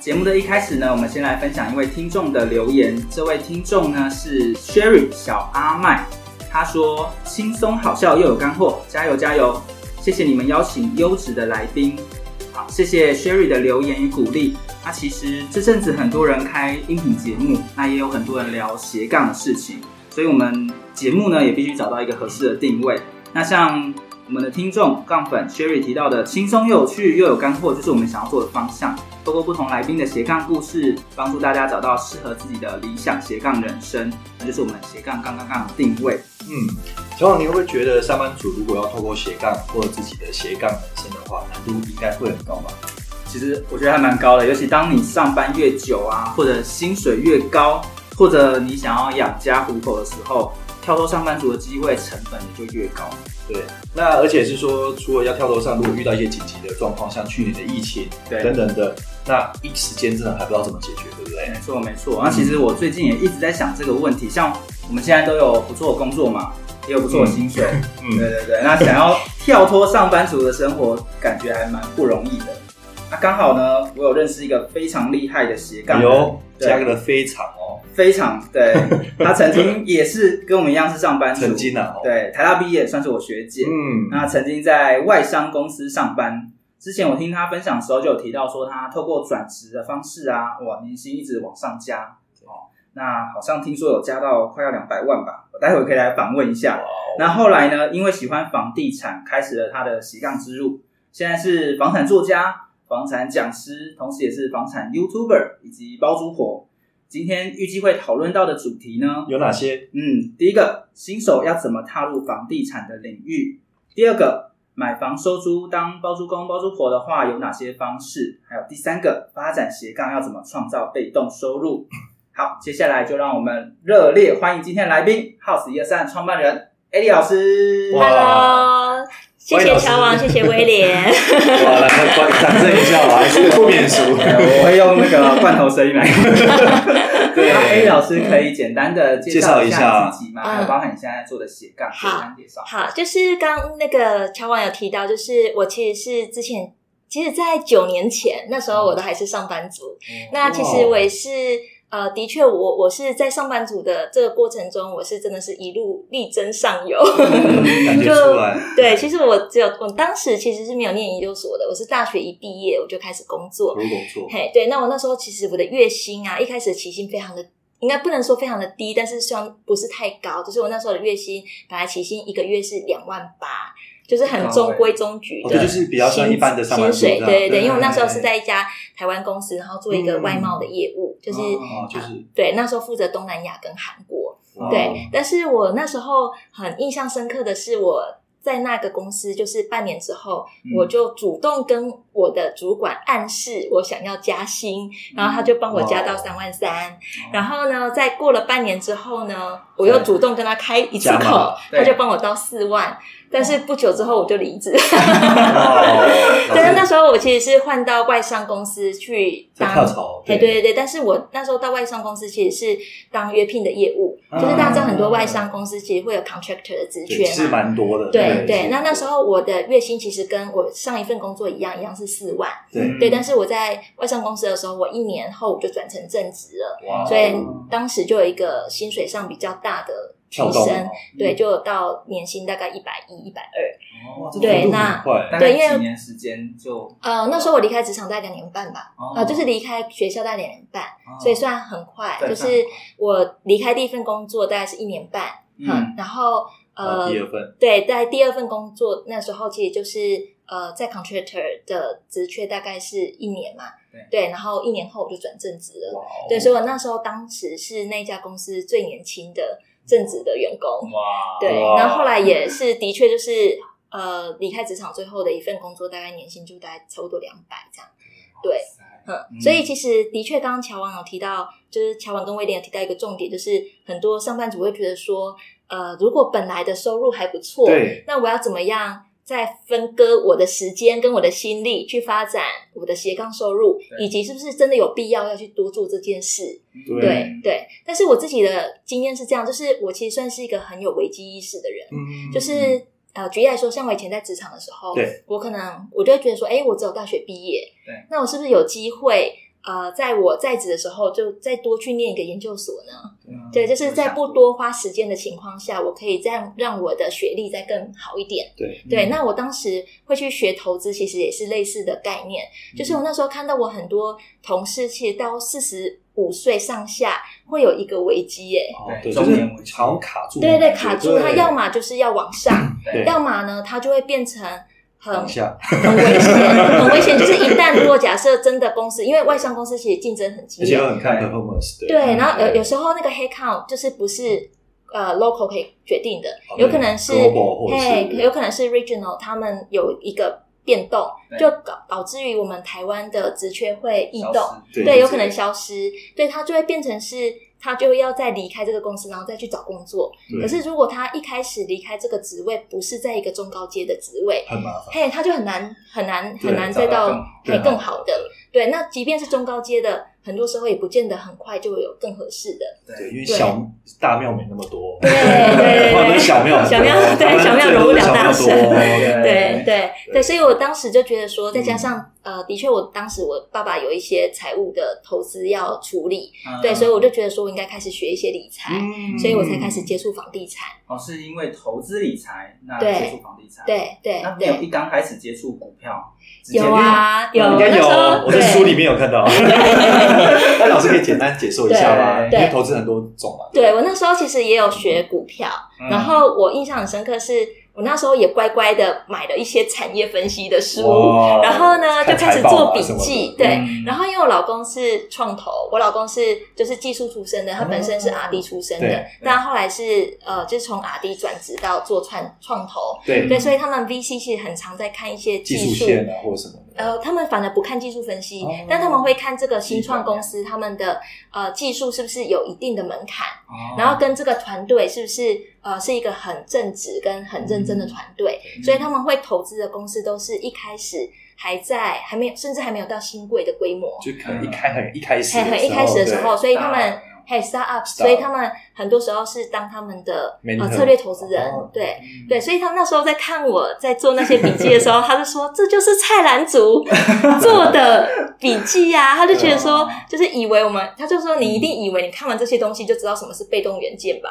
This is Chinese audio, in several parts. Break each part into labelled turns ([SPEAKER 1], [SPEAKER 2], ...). [SPEAKER 1] 节目的一开始呢，我们先来分享一位听众的留言。这位听众呢是 Sherry 小阿麦，他说：“轻松好笑又有干货，加油加油！谢谢你们邀请优质的来宾。”好，谢谢 Sherry 的留言与鼓励。那其实这阵子很多人开音频节目，那也有很多人聊斜杠的事情，所以我们节目呢也必须找到一个合适的定位。那像我们的听众杠粉 Sherry 提到的轻松又有趣又有干货，就是我们想要做的方向。透过不同来宾的斜杠故事，帮助大家找到适合自己的理想斜杠人生，那就是我们斜杠杠杠杠的定位。
[SPEAKER 2] 嗯，小王，你会不会觉得上班族如果要透过斜杠或者自己的斜杠人生的话，难度应该会很高吧？
[SPEAKER 1] 其实我觉得还蛮高的，尤其当你上班越久啊，或者薪水越高，或者你想要养家糊口的时候，跳脱上班族的机会成本也就越高。
[SPEAKER 2] 对，那而且是说，除了要跳楼上，如果遇到一些紧急的状况，像去年的疫情
[SPEAKER 1] 对
[SPEAKER 2] 等等的，那一时间真的还不知道怎么解决，对不对？
[SPEAKER 1] 没错没错。那其实我最近也一直在想这个问题，像我们现在都有不错的工作嘛，也有不错的薪水，对
[SPEAKER 2] 嗯，
[SPEAKER 1] 对对，那想要跳脱上班族的生活，感觉还蛮不容易的。那刚好呢，我有认识一个非常厉害的斜杠
[SPEAKER 2] 哎
[SPEAKER 1] 人，
[SPEAKER 2] 呦，
[SPEAKER 1] 对
[SPEAKER 2] 加个的非常哦，
[SPEAKER 1] 非常 对，他曾经也是跟我们一样是上班族，
[SPEAKER 2] 曾经啊，哦，
[SPEAKER 1] 对台大毕业，算是我学姐。
[SPEAKER 2] 嗯，
[SPEAKER 3] 啊
[SPEAKER 1] 那曾经在外商公司上班，之前我听他分享的时候就有提到说，他透过转职的方式啊，哇，年薪一直往上加哦。那好像听说有加到快要两百万吧，我待会可以来访问一下。
[SPEAKER 2] 哇哦
[SPEAKER 1] 那后来呢，因为喜欢房地产，开始了他的斜杠之路。现在是房产作家、房产讲师，同时也是房产 YouTuber 以及包租婆。今天预计会讨论到的主题呢，
[SPEAKER 2] 有哪些？
[SPEAKER 1] 嗯，第一个，新手要怎么踏入房地产的领域？第二个，买房收租当包租公、包租婆的话有哪些方式？还有第三个，发展斜杠要怎么创造被动收入？好，接下来就让我们热烈欢迎今天的来宾，House 一二三创办人 a d 老师。
[SPEAKER 2] 哇
[SPEAKER 3] Hello，谢谢乔王，谢谢威廉。
[SPEAKER 2] 哇，来来，帮你掌声一下吧，还是不免俗。
[SPEAKER 1] 对哎我会用那个罐头声 音来。
[SPEAKER 2] 对
[SPEAKER 1] 那 A 老师可以简单的介绍
[SPEAKER 2] 介绍一下
[SPEAKER 1] 自己吗？还有包含你现在做的斜杠，简单介绍。
[SPEAKER 3] 好，就是刚那个乔王有提到，就是我其实是之前，其实，在九年前那时候我都还是上班族。
[SPEAKER 2] 嗯
[SPEAKER 3] 那其实我也是。呃，的确我，我是在上班族的这个过程中，我是真的是一路力争上游。
[SPEAKER 2] 嗯感 觉出来，
[SPEAKER 3] 对，其实我只有我当时其实是没有念研究所的，我是大学一毕业我就开始工作
[SPEAKER 2] 投，入工作，
[SPEAKER 3] 嘿，对，那我那时候其实我的月薪啊，一开始的起薪非常的，应该不能说非常的低，但是虽然不是太高，就是我那时候的月薪本来起薪一个月是两万八，就是很中规中矩
[SPEAKER 2] 哦
[SPEAKER 3] 的
[SPEAKER 2] 这
[SPEAKER 3] 薪，
[SPEAKER 2] 就是比较像一般的上班族
[SPEAKER 3] 薪水，
[SPEAKER 2] 这样
[SPEAKER 3] 对对
[SPEAKER 2] 对
[SPEAKER 3] 对，因为我那时候是在一家台湾公司，然后做一个外贸的业务，就是、
[SPEAKER 2] 啊，就是
[SPEAKER 3] 对，那时候负责东南亚跟韩国，
[SPEAKER 2] 哇
[SPEAKER 3] 对，但是我那时候很印象深刻的是，我在那个公司就是半年之后，
[SPEAKER 1] 嗯
[SPEAKER 3] 我就主动跟我的主管暗示我想要加薪，
[SPEAKER 2] 嗯
[SPEAKER 3] 然后他就帮我加
[SPEAKER 2] 哦
[SPEAKER 3] 到三万三。然后呢，在过了半年之后呢，我又主动跟他开一次
[SPEAKER 2] 加
[SPEAKER 3] 口
[SPEAKER 2] 码，
[SPEAKER 1] 对
[SPEAKER 3] 他就帮我到四万。但是不久之后我就离职，
[SPEAKER 2] 哦
[SPEAKER 3] 但是那时候我其实是换到外商公司去
[SPEAKER 2] 在
[SPEAKER 3] 当
[SPEAKER 2] 跳槽，
[SPEAKER 3] 哎，对对对，但是我那时候到外商公司其实是当约聘的业务，
[SPEAKER 2] 啊
[SPEAKER 3] 就是大家知道很多外商公司其实会有 contractor 的职
[SPEAKER 2] 对，
[SPEAKER 3] 缺
[SPEAKER 2] 是
[SPEAKER 3] 嘛。
[SPEAKER 2] 蛮多的。
[SPEAKER 3] 对对，那那时
[SPEAKER 2] 候
[SPEAKER 3] 候我的月薪其实跟我上一份工作一样，一样是四万。
[SPEAKER 2] 对
[SPEAKER 3] 对，但是我在外商公司的时候，我一年后我就转成正职了，
[SPEAKER 2] 哇
[SPEAKER 3] 所以当时就有一个薪水上比较大的提
[SPEAKER 2] 跳动
[SPEAKER 3] 升
[SPEAKER 2] 哦，
[SPEAKER 3] 对，就有到年薪大概一百一、一百二。
[SPEAKER 1] 哇这
[SPEAKER 3] 对
[SPEAKER 1] 幅度
[SPEAKER 3] 那
[SPEAKER 2] 很快
[SPEAKER 1] 大
[SPEAKER 3] 对
[SPEAKER 1] 概
[SPEAKER 3] 因为
[SPEAKER 1] 几年时间就
[SPEAKER 3] 呃，那时候我离开职场大概两年半吧，
[SPEAKER 1] 哦
[SPEAKER 3] 啊，就是离开学校大概两年半，
[SPEAKER 1] 哦
[SPEAKER 3] 所以算很快，
[SPEAKER 1] 对
[SPEAKER 3] 就
[SPEAKER 1] 算很
[SPEAKER 3] 是
[SPEAKER 1] 快
[SPEAKER 3] 我离开第一份工作大概是一年半，
[SPEAKER 1] 嗯哦
[SPEAKER 3] 嗯，然后
[SPEAKER 2] 啊
[SPEAKER 3] 呃
[SPEAKER 2] 第，二份
[SPEAKER 3] 对，在第二份工作那时候，其实就是呃，在 contractor 的职缺大概是一年嘛，
[SPEAKER 1] 对
[SPEAKER 3] 然后一年后我就转正职了，
[SPEAKER 2] 哇哦，
[SPEAKER 3] 对，所以我那时候当时是那家公司最年轻的正职的员工，
[SPEAKER 1] 哇
[SPEAKER 3] 对，
[SPEAKER 2] 哇
[SPEAKER 3] 然后后来也是的确就是呃，离开职场最后的一份工作，大概年薪就大概差不多两百这样，对
[SPEAKER 1] 哇塞
[SPEAKER 3] 嗯，所以其实的确，刚刚乔王有提到，就是乔王跟威廉有提到一个重点，就是很多上班族会觉得说，呃，如果本来的收入还不错，
[SPEAKER 2] 对，
[SPEAKER 3] 那我要怎么样再分割我的时间跟我的心力去发展我的斜杠收入，
[SPEAKER 1] 对
[SPEAKER 3] 以及是不是真的有必要要去多做这件事？
[SPEAKER 2] 对
[SPEAKER 3] 对对。但是我自己的经验是这样，就是我其实算是一个很有危机意识的人，
[SPEAKER 2] 嗯
[SPEAKER 3] 就是呃，举例来说，像我以前在职场的时候，
[SPEAKER 2] 对
[SPEAKER 3] 我可能我就会觉得说，哎，我只有大学毕业，
[SPEAKER 1] 对，
[SPEAKER 3] 那我是不是有机会？呃，在我在职的时候，就再多去念一个研究所呢。
[SPEAKER 1] 嗯
[SPEAKER 3] 对，就是在不多花时间的情况下，我可以这样让我的学历再更好一点。
[SPEAKER 2] 对
[SPEAKER 3] 对，那我当时会去学投资，其实也是类似的概念。就是我那时候看到我很多同事，其实到四十五岁上下会有一个危机耶、
[SPEAKER 2] 哦
[SPEAKER 1] 对
[SPEAKER 2] 对，就
[SPEAKER 1] 中
[SPEAKER 2] 是
[SPEAKER 1] 年危机
[SPEAKER 2] 好像卡住，
[SPEAKER 3] 对对，卡住，他要么就是要往上，
[SPEAKER 2] 对哦
[SPEAKER 3] 要么呢，它就会变成很
[SPEAKER 2] 往下，
[SPEAKER 3] 很危险， 很危险。就是一旦如果假设真的公司，因为外商公司其实竞争很激
[SPEAKER 2] 而且
[SPEAKER 3] 烈，
[SPEAKER 2] 要很看 performance，对
[SPEAKER 3] 对，然后有有
[SPEAKER 2] 时
[SPEAKER 3] 时候那个 head count 就是不是呃 local 可以决定的
[SPEAKER 2] 哦，
[SPEAKER 3] 有可能是
[SPEAKER 2] global 或者是
[SPEAKER 3] 嘿，有可能是 regional，他们有一个变动，
[SPEAKER 1] 对
[SPEAKER 3] 就导导致于我们台湾的职缺会异动。，
[SPEAKER 2] 对
[SPEAKER 3] 对，有可能消失，对他就会变成是，他就要再离开这个公司，然后再去找工作。
[SPEAKER 2] 对
[SPEAKER 3] 可是如果他一开始离开这个职位，不是在一个中高阶的职位，
[SPEAKER 2] 很麻烦，
[SPEAKER 3] 嘿，他就很难很难
[SPEAKER 2] 对
[SPEAKER 3] 很难
[SPEAKER 2] 找
[SPEAKER 3] 再
[SPEAKER 1] 到
[SPEAKER 3] 到
[SPEAKER 2] 更啊
[SPEAKER 3] 嘿
[SPEAKER 2] 更
[SPEAKER 3] 更
[SPEAKER 2] 好
[SPEAKER 3] 好的。对，那即便是中高阶的，很多时候也不见得很快就会有更合适的。
[SPEAKER 2] 对，
[SPEAKER 1] 对，
[SPEAKER 2] 因为
[SPEAKER 3] 对
[SPEAKER 2] 小大庙没那么多，
[SPEAKER 3] 对 对
[SPEAKER 2] 我们
[SPEAKER 3] 对
[SPEAKER 2] 小庙很多，
[SPEAKER 3] 小庙对
[SPEAKER 2] 台湾
[SPEAKER 3] 小庙
[SPEAKER 2] 最多
[SPEAKER 3] 容不
[SPEAKER 2] 的
[SPEAKER 3] 了
[SPEAKER 2] 小
[SPEAKER 3] 大
[SPEAKER 2] 庙
[SPEAKER 3] 神
[SPEAKER 2] 多
[SPEAKER 1] 对
[SPEAKER 3] 对对
[SPEAKER 2] 对嗯
[SPEAKER 3] 对，所以我当时就觉得说，再加上呃，的确我当时我爸爸有一些财务的投资要处理，
[SPEAKER 1] 嗯
[SPEAKER 3] 对，所以我就觉得说我应该开始学一些理财。
[SPEAKER 2] 嗯
[SPEAKER 3] 所以我才开始接触房地产。
[SPEAKER 1] 哦，是因为投资理财，那
[SPEAKER 3] 对
[SPEAKER 1] 接触房地产，，
[SPEAKER 3] 对对
[SPEAKER 1] 那没有
[SPEAKER 3] 对，
[SPEAKER 1] 一刚开始接触股票，直接
[SPEAKER 3] 有啊有，
[SPEAKER 2] 应该
[SPEAKER 3] 那时候
[SPEAKER 2] 有，我在书里。面有 看到。那老师可以简单解说一下吗？因
[SPEAKER 3] 对
[SPEAKER 2] 为投资很多种嘛。
[SPEAKER 3] 对对我那时候其实也有学股票，
[SPEAKER 1] 嗯
[SPEAKER 3] 然后我印象很深刻是，我那时候也乖乖的买了一些产业分析的书。
[SPEAKER 2] 哇
[SPEAKER 3] 然后呢，就
[SPEAKER 2] 看
[SPEAKER 3] 开始
[SPEAKER 2] 财报
[SPEAKER 3] 做
[SPEAKER 2] 啊
[SPEAKER 3] 笔
[SPEAKER 2] 什么的
[SPEAKER 3] 记，对
[SPEAKER 1] 嗯。
[SPEAKER 3] 然后因为我老公是创投，我老公是就是技术出身的，他本身是 R D 出身的
[SPEAKER 2] 哦对，
[SPEAKER 3] 但后来是呃，就是从 R D 转职到做创创投，
[SPEAKER 2] 对
[SPEAKER 3] 对，所以他们 V C 其实很常在看一些
[SPEAKER 2] 嗯技
[SPEAKER 3] 技
[SPEAKER 2] 术
[SPEAKER 3] 术
[SPEAKER 2] 线啊或者什么的，
[SPEAKER 3] 呃，他们反而不看技术分析，
[SPEAKER 2] 哦
[SPEAKER 3] 但他们会看这个新创
[SPEAKER 1] 基本面
[SPEAKER 3] 公司他们的呃技术是不是有一定的门槛，
[SPEAKER 1] 哦
[SPEAKER 3] 然后跟这个团队是不是呃是一个很正直跟很认真的团队，
[SPEAKER 2] 嗯
[SPEAKER 3] 所以他们会投资的公司都是一开始还在还没有，甚至还没有到新贵的规模，
[SPEAKER 2] 就可能一开很一开始
[SPEAKER 3] 嘿，很一开始的时候，，所以他们
[SPEAKER 1] Startup。
[SPEAKER 3] 嘿，start up，所以他们很多时候是当他们的呃
[SPEAKER 2] Mentor
[SPEAKER 3] 策略投资人
[SPEAKER 2] 哦，
[SPEAKER 3] 对，
[SPEAKER 1] 嗯
[SPEAKER 3] 对，所以他那时候在看我在做那些笔记的时候，他就说这就是蔡澜 族做的笔记呀、他就觉得
[SPEAKER 2] 啊
[SPEAKER 3] 说，就是以为我们，他就说你一
[SPEAKER 2] 嗯
[SPEAKER 3] 定以为你看完这些东西就知道什么是被动元件 吧？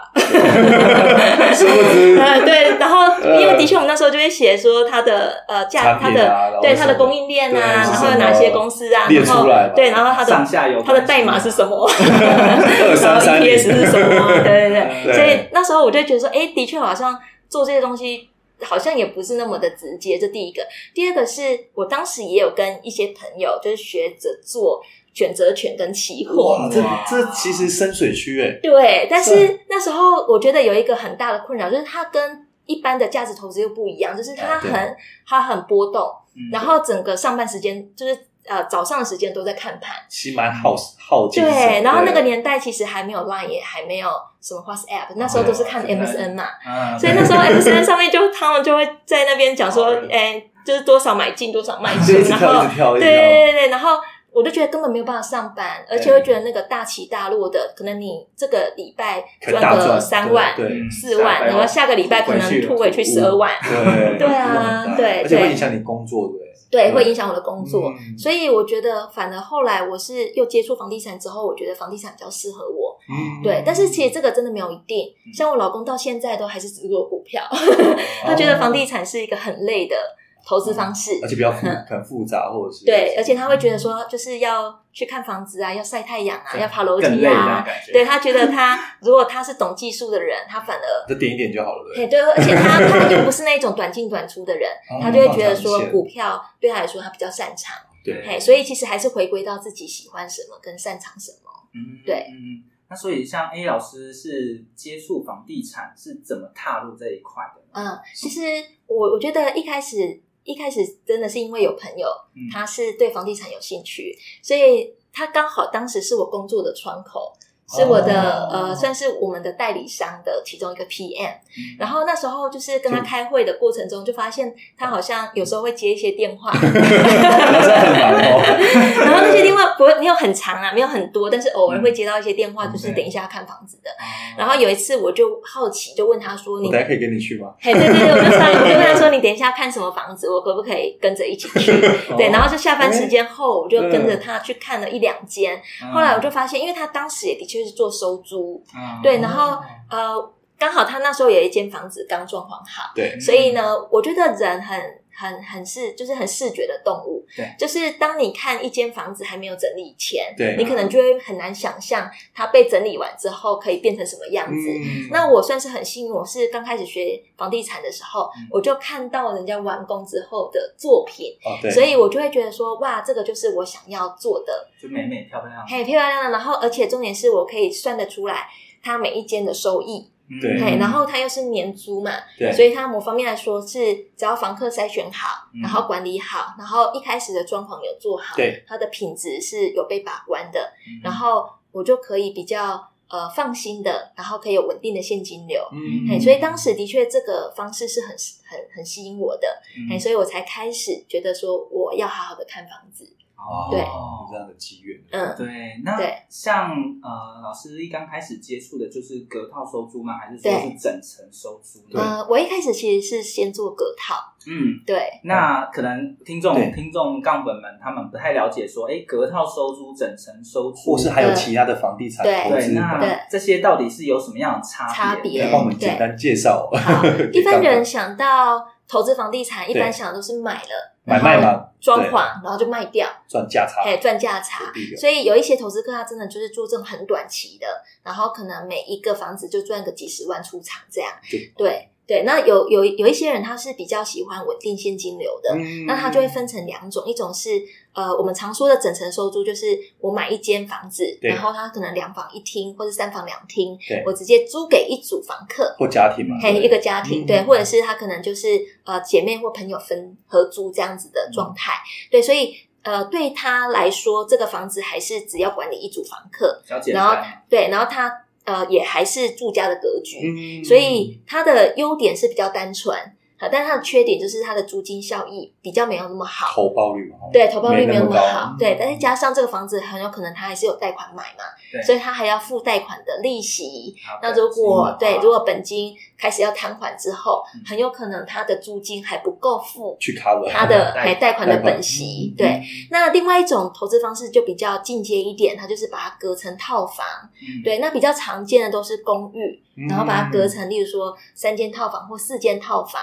[SPEAKER 2] 殊不知
[SPEAKER 3] 呃，对，然后因为的确我们那时候就会写说它的呃价，
[SPEAKER 2] 产
[SPEAKER 3] 它
[SPEAKER 2] 品啊
[SPEAKER 3] 的
[SPEAKER 2] 然后
[SPEAKER 3] 对
[SPEAKER 2] 什
[SPEAKER 3] 它的
[SPEAKER 2] 么
[SPEAKER 3] 供应链
[SPEAKER 2] 对
[SPEAKER 3] 啊，然
[SPEAKER 2] 是
[SPEAKER 3] 后
[SPEAKER 2] 什
[SPEAKER 3] 有
[SPEAKER 2] 么
[SPEAKER 3] 哪些公司啊，
[SPEAKER 2] 列
[SPEAKER 3] 然后
[SPEAKER 2] 出来嘛
[SPEAKER 3] 对，然后它
[SPEAKER 1] 上
[SPEAKER 3] 的
[SPEAKER 1] 下游，
[SPEAKER 3] 它的代码是什么？
[SPEAKER 2] 二三三零
[SPEAKER 3] EPS 是什么？对对对，
[SPEAKER 2] 对
[SPEAKER 3] 所以那时候我就觉得说，哎，的确好像做这些东西好像也不是那么的直接。这第一个，第二个是我当时也有跟一些朋友就是学着做选择权跟期
[SPEAKER 2] 哇，
[SPEAKER 3] 货。
[SPEAKER 2] 这这其实深水区哎，
[SPEAKER 3] 对，但是那时候我觉得有一个很大的困扰，就是它跟一般的价值投资又不一样，就是它
[SPEAKER 2] 啊对
[SPEAKER 3] 很它很波动，
[SPEAKER 1] 嗯
[SPEAKER 3] 然后整个上班时间就是呃早上的时间都在看盘。
[SPEAKER 2] 其实蛮耗耗精神
[SPEAKER 3] 嗯对，然后那个年代其实还没有 Line，也还没有什么 WhatsApp，那时候都是
[SPEAKER 2] 哦
[SPEAKER 3] 看
[SPEAKER 1] 对啊
[SPEAKER 3] MSN 嘛，
[SPEAKER 1] 嗯
[SPEAKER 3] 所以那时候 MSN 上面就他们就会在那边讲说，
[SPEAKER 2] 对
[SPEAKER 3] 哎，就是多少买进多 少卖
[SPEAKER 2] 哦就一
[SPEAKER 3] 出，
[SPEAKER 2] 直
[SPEAKER 3] 然
[SPEAKER 2] 跳一
[SPEAKER 3] 后
[SPEAKER 2] 直跳一
[SPEAKER 3] 对
[SPEAKER 2] 直
[SPEAKER 3] 对
[SPEAKER 2] 跳，
[SPEAKER 3] 对对，然后。我就觉得根本没有办法上班，而且会觉得那个大起大落的，可能你这个礼拜
[SPEAKER 2] 可
[SPEAKER 3] 赚
[SPEAKER 2] 大
[SPEAKER 3] 个
[SPEAKER 2] 赚
[SPEAKER 3] 三万、
[SPEAKER 2] 对
[SPEAKER 1] 嗯
[SPEAKER 3] 四万，然后下个礼拜可能吐回去十二万，
[SPEAKER 2] 对这
[SPEAKER 3] 对啊
[SPEAKER 2] 种很大
[SPEAKER 3] 对
[SPEAKER 2] 而且会
[SPEAKER 3] 对
[SPEAKER 2] 影响你工作欸对不
[SPEAKER 3] 对，会影响我的工作。
[SPEAKER 2] 嗯
[SPEAKER 3] 所以我觉得，反而后来我是又接触房地产之后，我觉得房地产比较适合我，
[SPEAKER 2] 嗯
[SPEAKER 3] 对，但是其实这个真的没有一定，像我老公到现在都还是只做股票，
[SPEAKER 2] 哦
[SPEAKER 3] 他觉得房地产是一个很累的投资方式。
[SPEAKER 2] 嗯而且比嗯较复很复杂或者是
[SPEAKER 3] 嗯对，而且他会觉得说，就是要去看房子啊，要晒太阳啊，要爬楼
[SPEAKER 1] 更
[SPEAKER 3] 梯
[SPEAKER 1] 累的
[SPEAKER 3] 啊。
[SPEAKER 1] 感觉，
[SPEAKER 3] 对他觉得他如果他是懂技术的人，他反而
[SPEAKER 2] 就点一点就好了对
[SPEAKER 3] 对对，而且他他又不是那种短进短出的人，
[SPEAKER 2] 哦
[SPEAKER 3] 他就会觉得说
[SPEAKER 2] 放长线
[SPEAKER 3] 股票对他来说他比较擅长。
[SPEAKER 2] 对
[SPEAKER 3] 嘿，所以其实还是回归到自己喜欢什么跟擅长什么。
[SPEAKER 1] 嗯
[SPEAKER 3] 对
[SPEAKER 1] 嗯，那所以像 A 老师是接触房地产是怎么踏入这一块的？
[SPEAKER 3] 嗯，其实我我觉得一开始一开始真的是因为有朋友
[SPEAKER 1] 嗯，
[SPEAKER 3] 他是对房地产有兴趣，所以他刚好当时是我工作的窗口，是我的、
[SPEAKER 1] 哦
[SPEAKER 3] 呃，算是我们的代理商的其中一个 PM。然嗯后那时候就是跟他开会的过程中，就发现他好像有时候会接一些电话，
[SPEAKER 2] 那真的很忙哦。
[SPEAKER 3] 然后那些电话不会没有很长啊，没有很多，但是偶尔会接到一些电话，就是等一下要看房子
[SPEAKER 1] 嗯
[SPEAKER 3] 的。
[SPEAKER 1] 哦
[SPEAKER 3] 然后有一次我就好奇，就问他说：“你
[SPEAKER 2] 我等下可以跟你去吗？
[SPEAKER 3] 嘿，对对对，我就上，我就问他说：“你等一下看什么房子，我可不可以跟着一起去？”
[SPEAKER 1] 哦
[SPEAKER 3] 对，然后就下班时间后，我就跟着他去看了一两间。后来我就发现，因为他当时也的确是做收租，
[SPEAKER 1] 嗯
[SPEAKER 3] 对，然后呃，刚好他那时候有一间房子刚装潢好，
[SPEAKER 1] 嗯
[SPEAKER 2] 对，
[SPEAKER 3] 所以呢，我觉得人很。很很是就是很视觉的动物，
[SPEAKER 1] 对
[SPEAKER 3] 就是当你看一间房子还没有整理前，
[SPEAKER 2] 对
[SPEAKER 3] 你可能就会很难想象它被整理完之后可以变成什么样子。
[SPEAKER 2] 嗯
[SPEAKER 3] 那我算是很幸运，我是刚开始学房地产的时候，
[SPEAKER 1] 嗯
[SPEAKER 3] 我就看到人家完工之后的作品，
[SPEAKER 2] 哦对，
[SPEAKER 3] 所以我就会觉得说，哇，这个就是我想要做的，
[SPEAKER 1] 就美美漂亮，
[SPEAKER 3] 嘿，漂漂亮亮。然后，而且重点是我可以算得出来它每一间的收益，
[SPEAKER 1] 嗯
[SPEAKER 2] 对
[SPEAKER 3] 嘿，然后它又是年租嘛，
[SPEAKER 2] 对，
[SPEAKER 3] 所以它某方面来说是只要房客筛选好
[SPEAKER 1] 嗯，
[SPEAKER 3] 然后管理好，然后一开始的装潢有做好，
[SPEAKER 2] 对，
[SPEAKER 3] 它的品质是有被把关的，
[SPEAKER 1] 嗯
[SPEAKER 3] 然后我就可以比较呃放心的，然后可以有稳定的现金流。
[SPEAKER 2] 嗯
[SPEAKER 3] 哎，所以当时的确这个方式是很很很吸引我的，哎、
[SPEAKER 1] 嗯
[SPEAKER 3] 所以我才开始觉得说我要好好的看房子。
[SPEAKER 1] 哦
[SPEAKER 3] 对
[SPEAKER 2] 有这样的机缘，
[SPEAKER 3] 嗯，
[SPEAKER 1] 对，那
[SPEAKER 3] 对
[SPEAKER 1] 像呃，老师一刚开始接触的就是隔套收租吗？还是说
[SPEAKER 3] 对
[SPEAKER 1] 是整层收租呢？
[SPEAKER 3] 呃，我一开始其实是先做隔套，
[SPEAKER 1] 嗯，
[SPEAKER 3] 对，
[SPEAKER 1] 那可能听众
[SPEAKER 2] 对
[SPEAKER 1] 听众杠粉们他们不太了解说，哎，隔套收租、整层收租，
[SPEAKER 2] 或是还有其他的房地产
[SPEAKER 3] 嗯对
[SPEAKER 2] 投
[SPEAKER 1] 对，
[SPEAKER 2] 资，
[SPEAKER 1] 那
[SPEAKER 3] 对
[SPEAKER 1] 这些到底是有什么样的差
[SPEAKER 3] 差
[SPEAKER 1] 别？
[SPEAKER 3] 别
[SPEAKER 2] 来帮我们简单介绍哦
[SPEAKER 3] 好，
[SPEAKER 2] 给
[SPEAKER 3] 一般
[SPEAKER 2] 大家
[SPEAKER 3] 人想到投资房地产，一
[SPEAKER 2] 对
[SPEAKER 3] 般想的都是买了，
[SPEAKER 2] 买卖
[SPEAKER 3] 然后
[SPEAKER 2] 嘛，
[SPEAKER 3] 装
[SPEAKER 2] 对
[SPEAKER 3] 潢，然后就卖掉，
[SPEAKER 2] 赚价差，
[SPEAKER 3] 哎，赚价差。
[SPEAKER 2] 第一个
[SPEAKER 3] 所以有一些投资客，他真的就是做这种很短期的，然后可能每一个房子就赚个几十万出场这样
[SPEAKER 2] 就。
[SPEAKER 3] 对对，那有有有一些人他是比较喜欢稳定现金流的，
[SPEAKER 2] 嗯
[SPEAKER 3] 那它就会分成两种，一种是呃我们常说的整层收租，就是我买一间房子，
[SPEAKER 2] 对
[SPEAKER 3] 然后它可能两房一厅或者三房两厅
[SPEAKER 2] 对，
[SPEAKER 3] 我直接租给一组房客。
[SPEAKER 2] 或家庭嘛，
[SPEAKER 3] 还有
[SPEAKER 2] 对
[SPEAKER 3] 一个家
[SPEAKER 2] 嗯
[SPEAKER 3] 庭，对，或者是他可能就是呃姐妹或朋友分合租这样子
[SPEAKER 2] 嗯
[SPEAKER 3] 的状态，对，所以呃对他来说，这个房子还是只要管理一组房客，
[SPEAKER 1] 比较简
[SPEAKER 3] 然后
[SPEAKER 1] 单，
[SPEAKER 3] 对，然后他呃也还是住家的格局，
[SPEAKER 2] 嗯
[SPEAKER 3] 所以它的优点是比较单纯，好，但是它的缺点就是它的租金效益比较没有那么好。
[SPEAKER 2] 投报率嘛，哦
[SPEAKER 3] 对，投报率没有
[SPEAKER 2] 没
[SPEAKER 3] 那么
[SPEAKER 2] 那
[SPEAKER 3] 嗯
[SPEAKER 2] 么
[SPEAKER 3] 好
[SPEAKER 2] 高，
[SPEAKER 3] 对，但是加上这个房子很有可能它还是有贷款买嘛
[SPEAKER 1] 对，
[SPEAKER 3] 所以它还要付贷款的利息。
[SPEAKER 1] 好
[SPEAKER 3] 那如果
[SPEAKER 1] 本金
[SPEAKER 3] 对，
[SPEAKER 1] 啊
[SPEAKER 3] 如果本金开始要摊还之后
[SPEAKER 1] 嗯，
[SPEAKER 3] 很有可能它的租金还不够付
[SPEAKER 2] 去 cover
[SPEAKER 3] 它的
[SPEAKER 1] 贷
[SPEAKER 3] 还贷款嗯的本息。对，那另外一种投资方式就比较进阶一点，它就是把它隔成套房。
[SPEAKER 1] 嗯，
[SPEAKER 3] 对，那比较常见的都是公寓，
[SPEAKER 2] 嗯
[SPEAKER 3] 然后把它隔成，例如说三间套房或四间套房。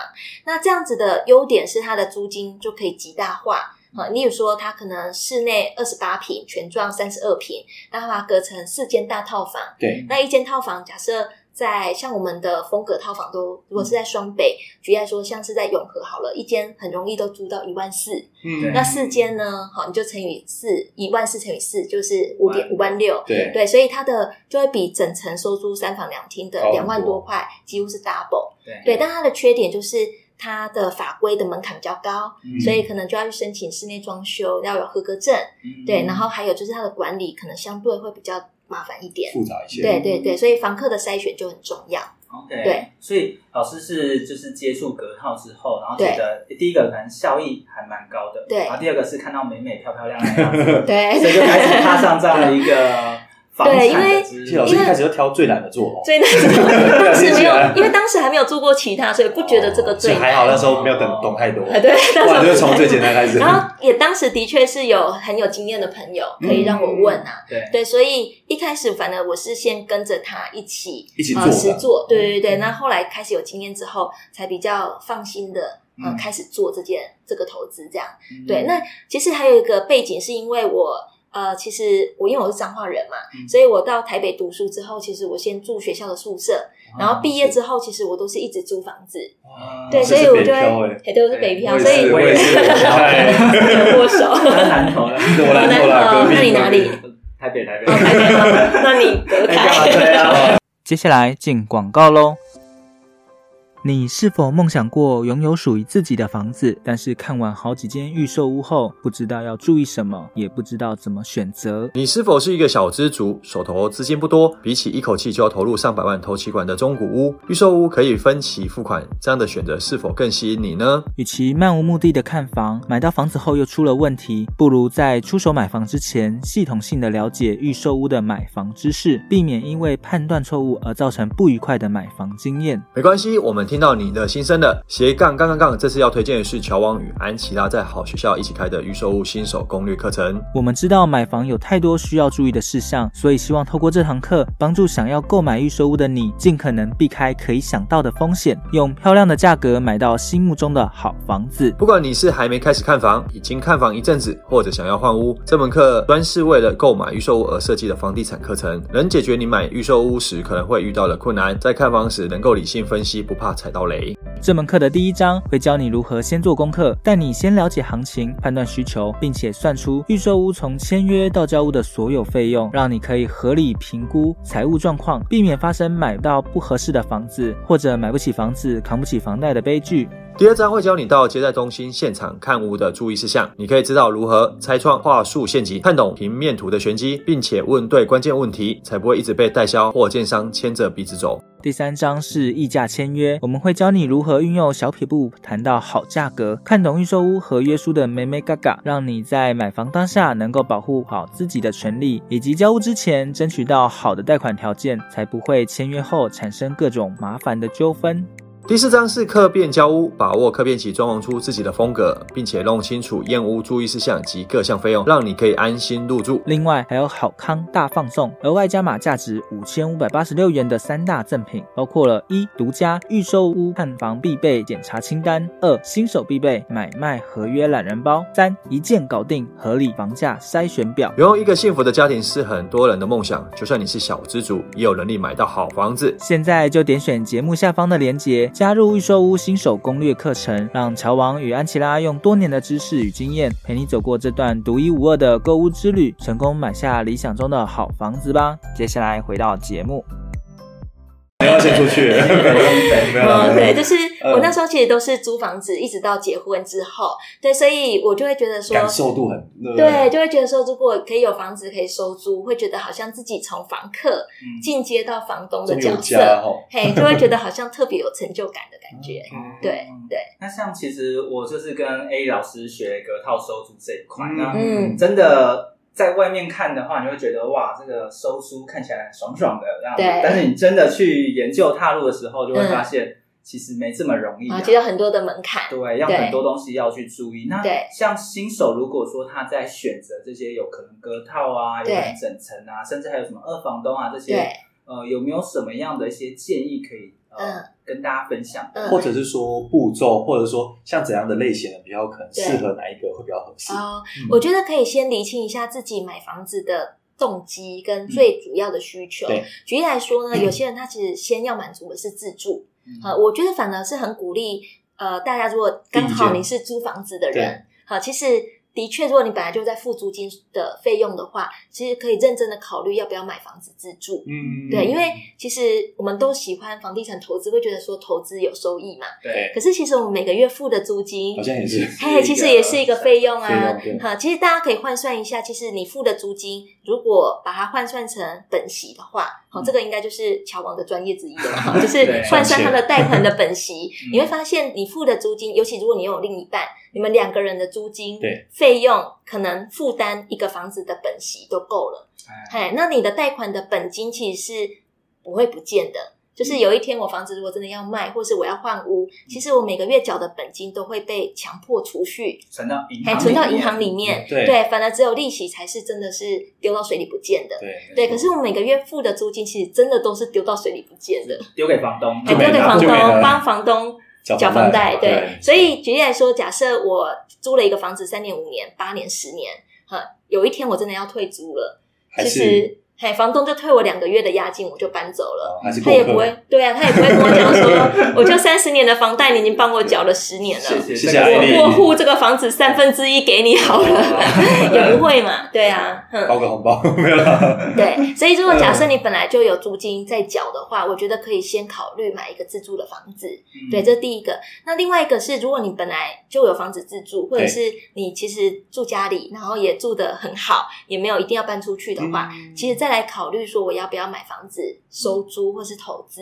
[SPEAKER 3] 那这样子的优点是它的租金就可以极大化。啊，例如说，它可能室内二十八平，全幢三十二平，那它把它隔成四间大套房。
[SPEAKER 2] 对，
[SPEAKER 3] 那一间套房，假设在像我们的风格套房都，如果是在双北，举例来说，像是在永和好了，一间很容易都租到一万四，
[SPEAKER 1] 对
[SPEAKER 3] 嗯那四间呢，好，你就乘以四，一万四乘以四就是五点五万六，
[SPEAKER 2] 对
[SPEAKER 3] 对，所以它的就会比整层收租三房两厅的
[SPEAKER 2] 高很多哎
[SPEAKER 3] 两万多块几乎是 double。
[SPEAKER 1] 对
[SPEAKER 3] 对，但它的缺点就是它的法规的门槛比较高，
[SPEAKER 1] 嗯
[SPEAKER 3] 所以可能就要去申请室内装修，要有合格证。
[SPEAKER 1] 嗯
[SPEAKER 3] 对，然后还有就是它的管理可能相对会比较麻烦一点。
[SPEAKER 2] 复杂一些，
[SPEAKER 3] 对对对，所以房客的筛选就很重 要。
[SPEAKER 1] OK，
[SPEAKER 3] 对，
[SPEAKER 1] 所以老师是就是接触隔套之后，然后觉
[SPEAKER 3] 对
[SPEAKER 1] 得诶第一个可能效益还蛮高的，
[SPEAKER 3] 对
[SPEAKER 1] 然后第二个是看到美美漂漂亮亮 的样子，
[SPEAKER 3] 对
[SPEAKER 1] 所以就开始踏上这样的一个房
[SPEAKER 3] 对
[SPEAKER 1] 产
[SPEAKER 3] 因
[SPEAKER 1] 的
[SPEAKER 3] 为
[SPEAKER 1] 之
[SPEAKER 2] 而
[SPEAKER 1] 路。
[SPEAKER 2] 且老师一开始就挑最难的做哦，
[SPEAKER 3] 最难的当时没
[SPEAKER 2] 听起来
[SPEAKER 3] 有，因为当时还没有做过其他，所以不觉得这个最
[SPEAKER 2] 哦所以还
[SPEAKER 3] 难。
[SPEAKER 2] 好那时候没有等懂太多，
[SPEAKER 3] 啊 对，
[SPEAKER 2] 不然就会从最简单开始。
[SPEAKER 3] 然后也当时的确是有很有经验的朋友
[SPEAKER 2] 嗯
[SPEAKER 3] 可以让我问啊，
[SPEAKER 1] 对，
[SPEAKER 3] 对，所以一开始反正我是先跟着他一起
[SPEAKER 2] 一起做
[SPEAKER 3] 呃、
[SPEAKER 2] 的嗯
[SPEAKER 3] 实做，对对对。那后来开始有经验之后，才比较放心的呃、
[SPEAKER 1] 嗯
[SPEAKER 3] 开始做这件这个投资这样。
[SPEAKER 2] 嗯
[SPEAKER 3] 对，那其实还有一个背景是因为我。呃，其实我因为我是彰化人嘛，
[SPEAKER 1] 嗯
[SPEAKER 3] 所以我到台北读书之后，其实我先住学校的宿舍，
[SPEAKER 2] 啊
[SPEAKER 3] 然后毕业之后，其实我都是一直租房子，
[SPEAKER 1] 嗯
[SPEAKER 3] 对，
[SPEAKER 2] 这
[SPEAKER 3] 所以
[SPEAKER 2] 是
[SPEAKER 3] 我
[SPEAKER 2] 北
[SPEAKER 3] 就会
[SPEAKER 2] 漂欸，
[SPEAKER 3] 哎对，我是北漂，
[SPEAKER 2] 我
[SPEAKER 3] 所
[SPEAKER 2] 也
[SPEAKER 3] 以
[SPEAKER 2] 是，
[SPEAKER 1] 我
[SPEAKER 2] 我
[SPEAKER 1] 也
[SPEAKER 2] 也
[SPEAKER 1] 是
[SPEAKER 2] 是，哎
[SPEAKER 3] 有握 手。
[SPEAKER 1] 他南投了，
[SPEAKER 2] 我
[SPEAKER 3] 我
[SPEAKER 2] 来
[SPEAKER 3] 南
[SPEAKER 2] 我来，
[SPEAKER 3] 投
[SPEAKER 2] 隔壁
[SPEAKER 3] 哦那你哪里？
[SPEAKER 1] 台北台北，
[SPEAKER 3] 哦，台北吗？那你隔
[SPEAKER 1] 哎干嘛
[SPEAKER 3] 开。
[SPEAKER 1] 这样？
[SPEAKER 4] 接下来进广告喽。你是否梦想过拥有属于自己的房子？但是看完好几间预售屋后，不知道要注意什么，也不知道怎么选择。
[SPEAKER 5] 你是否是一个小资族，手头资金不多，比起一口气就要投入上百万投期款的中古屋、预售屋，可以分期付款，这样的选择是否更吸引你呢？
[SPEAKER 4] 与其漫无目的的看房，买到房子后又出了问题，不如在出手买房之前，系统性的了解预售屋的买房知识，避免因为判断错误而造成不愉快的买房经验。
[SPEAKER 5] 没关系，我们听到你的心声了。斜杠杠杠杠，这次要推荐的是乔王与安琪拉在好学校一起开的预售屋新手攻略课程。
[SPEAKER 4] 我们知道买房有太多需要注意的事项，所以希望透过这堂课，帮助想要购买预售屋的你，尽可能避开可以想到的风险，用漂亮的价格买到心目中的好房子。
[SPEAKER 5] 不管你是还没开始看房，已经看房一阵子，或者想要换屋，这门课专是为了购买预售屋而设计的房地产课程，能解决你买预售屋时可能会遇到的困难，在看房时能够理性分析，不怕踩到雷。
[SPEAKER 4] 这门课的第一章会教你如何先做功课，带你先了解行情，判断需求，并且算出预售屋从签约到交屋的所有费用，让你可以合理评估财务状况，避免发生买到不合适的房子或者买不起房子、扛不起房贷的悲剧。
[SPEAKER 5] 第二章会教你到接待中心现场看屋的注意事项，你可以知道如何拆穿话术陷阱，看懂平面图的玄机，并且问对关键问题，才不会一直被代销或建商牵着鼻子走。
[SPEAKER 4] 第三章是议价签约，我们会教你如何运用小撇步谈到好价格，看懂预售屋合约书的美美嘎嘎，让你在买房当下能够保护好自己的权利，以及交屋之前争取到好的贷款条件，才不会签约后产生各种麻烦的纠纷。
[SPEAKER 5] 第四章是客变交屋，把握客变期，装潢出自己的风格，并且弄清楚验屋注意事项及各项费用，让你可以安心入住。
[SPEAKER 4] 另外还有好康大放送，额外加码价值五千五百八十六元的三大赠品，包括了一独家预售屋看房必备检查清单，二新手必备买卖合约懒人包，三一键搞定合理房价筛选表。
[SPEAKER 5] 拥有一个幸福的家庭是很多人的梦想，就算你是小资族，也有能力买到好房子。
[SPEAKER 4] 现在就点选节目下方的链接，加入预售屋新手攻略课程，让乔王与安琪拉用多年的知识与经验，陪你走过这段独一无二的购物之旅，成功买下理想中的好房子吧。接下来回到节目，
[SPEAKER 2] 你要先出去， 没有啦没有
[SPEAKER 3] 嗯，
[SPEAKER 2] 啦
[SPEAKER 3] 对，就是
[SPEAKER 2] 嗯
[SPEAKER 3] 我那时候其实都是租房子，一直到结婚之后，对，所以我就会觉得说，
[SPEAKER 2] 感受度很
[SPEAKER 3] 对，，就会觉得说，如果可以有房子可以收租，会觉得好像自己从房客
[SPEAKER 1] 嗯
[SPEAKER 3] 进阶到房东的
[SPEAKER 2] 终于有
[SPEAKER 3] 角
[SPEAKER 2] 家
[SPEAKER 3] 色，
[SPEAKER 2] 哦，
[SPEAKER 3] 嘿，就会觉得好像特别有成就感的感 觉。
[SPEAKER 2] 嗯
[SPEAKER 3] 对嗯对，
[SPEAKER 1] 嗯那像其实我就是跟 A 老师学隔套收租这一块，那
[SPEAKER 2] 啊
[SPEAKER 3] 嗯
[SPEAKER 1] 真的在外面看的话，你会觉得哇，这个收租看起来爽爽的，然后
[SPEAKER 3] 对
[SPEAKER 1] 但是你真的去研究踏入的时候，就会发现、其实没这么容
[SPEAKER 2] 嗯
[SPEAKER 1] 易、
[SPEAKER 3] 啊，其实有很多的门槛，
[SPEAKER 1] 对，要
[SPEAKER 3] 对
[SPEAKER 1] 很多东西要去注意。那
[SPEAKER 3] 对
[SPEAKER 1] 像新手，如果说他在选择这些有可能隔套啊，有可
[SPEAKER 3] 对
[SPEAKER 1] 能整层啊，甚至还有什么二房东啊这些
[SPEAKER 3] 对，
[SPEAKER 1] 呃，有没有什么样的一些建议可以呃、
[SPEAKER 3] 嗯
[SPEAKER 1] 跟大家分享？
[SPEAKER 3] 嗯，
[SPEAKER 2] 或者是说步骤，或者说像怎样的类型的比较可能适合哪一个会比较合适？
[SPEAKER 3] 哦，我觉得可以先厘清一下自己买房子的动机跟最主要的需求。
[SPEAKER 2] 嗯对
[SPEAKER 3] 举例来说 呢，有些人他其实先要满足的是自住，
[SPEAKER 1] 嗯
[SPEAKER 3] 呃，我觉得反而是很鼓励呃大家，如果刚好
[SPEAKER 2] 第一件
[SPEAKER 3] 你是租房子的人，好，其实。的确，如果你本来就在付租金的费用的话，其实可以认真的考虑要不要买房子自住。
[SPEAKER 2] 嗯
[SPEAKER 3] 对，因为其实我们都喜欢房地产投资，会觉得说投资有收益嘛。
[SPEAKER 1] 对，
[SPEAKER 3] 可是其实我们每个月付的租金
[SPEAKER 2] 好，像也是
[SPEAKER 3] 嘿，哎其实也是一个费用啊
[SPEAKER 2] 费用对。
[SPEAKER 3] 哈，其实大家可以换算一下，其实你付的租金，如果把它换算成本息的话，好，这个应该就是乔王的专业之一了， 哈就是换算他的贷款的本息，你会发现你付的租金，尤其如果你有另一半，你们两个人的租金
[SPEAKER 2] 对
[SPEAKER 3] 费用，可能负担一个房子的本息都够了。
[SPEAKER 1] 哎
[SPEAKER 3] 嘿，那你的贷款的本金其实是不会不见的。就是有一天我房子如果真的要卖，或是我要换屋，其实我每个月缴的本金都会被强迫储蓄，
[SPEAKER 1] 存到银
[SPEAKER 3] 还
[SPEAKER 1] 行，
[SPEAKER 3] 存到银行里。面。
[SPEAKER 2] 对
[SPEAKER 3] 反而只有利息才是真的是丢到水里不见的。
[SPEAKER 2] 对
[SPEAKER 3] 对，可是我每个月付的租金，其实真的都是丢到水里不见的，
[SPEAKER 1] 丢给房东，
[SPEAKER 3] 哎，
[SPEAKER 2] 没
[SPEAKER 3] 丢给
[SPEAKER 2] 了
[SPEAKER 3] 房
[SPEAKER 2] 就
[SPEAKER 3] 东，
[SPEAKER 2] 没了
[SPEAKER 3] 帮房东缴房贷。对，所以举例来说，假设我租了一个房子三年、五年、八年、十年，哈，有一天我真的要退租了，
[SPEAKER 2] 还
[SPEAKER 3] 其
[SPEAKER 2] 是
[SPEAKER 3] 实嘿，房东就退我两个月的押金，我就搬走了。
[SPEAKER 2] 呃还是
[SPEAKER 3] 他
[SPEAKER 2] 过
[SPEAKER 3] 也
[SPEAKER 2] 哦客
[SPEAKER 3] 不会，对啊，他也不会跟我讲 说，我就三十年的房贷，你已经帮我缴了十年了，
[SPEAKER 1] 谢谢
[SPEAKER 2] 谢谢
[SPEAKER 1] 这个
[SPEAKER 2] 艾
[SPEAKER 1] 我
[SPEAKER 2] 丽
[SPEAKER 3] 过 户这个房子三分之一给你好了， 也不会嘛，对啊，嗯，
[SPEAKER 2] 包个红包 没有啦。
[SPEAKER 3] 对，所
[SPEAKER 2] 嗯
[SPEAKER 3] 以如果假设你本来就有租金在缴的话，我觉得可以先考虑买一个自住的房子。
[SPEAKER 1] 嗯
[SPEAKER 3] 对，这第一个。那另外一个是，如果你本来就有房子自住，或者
[SPEAKER 2] 对
[SPEAKER 3] 是你其实住家里，然后也住得很好，也没有一定要搬出去的话，
[SPEAKER 1] 嗯
[SPEAKER 2] 嗯
[SPEAKER 3] 其实再来考虑说我要不要买房子收租或是投资。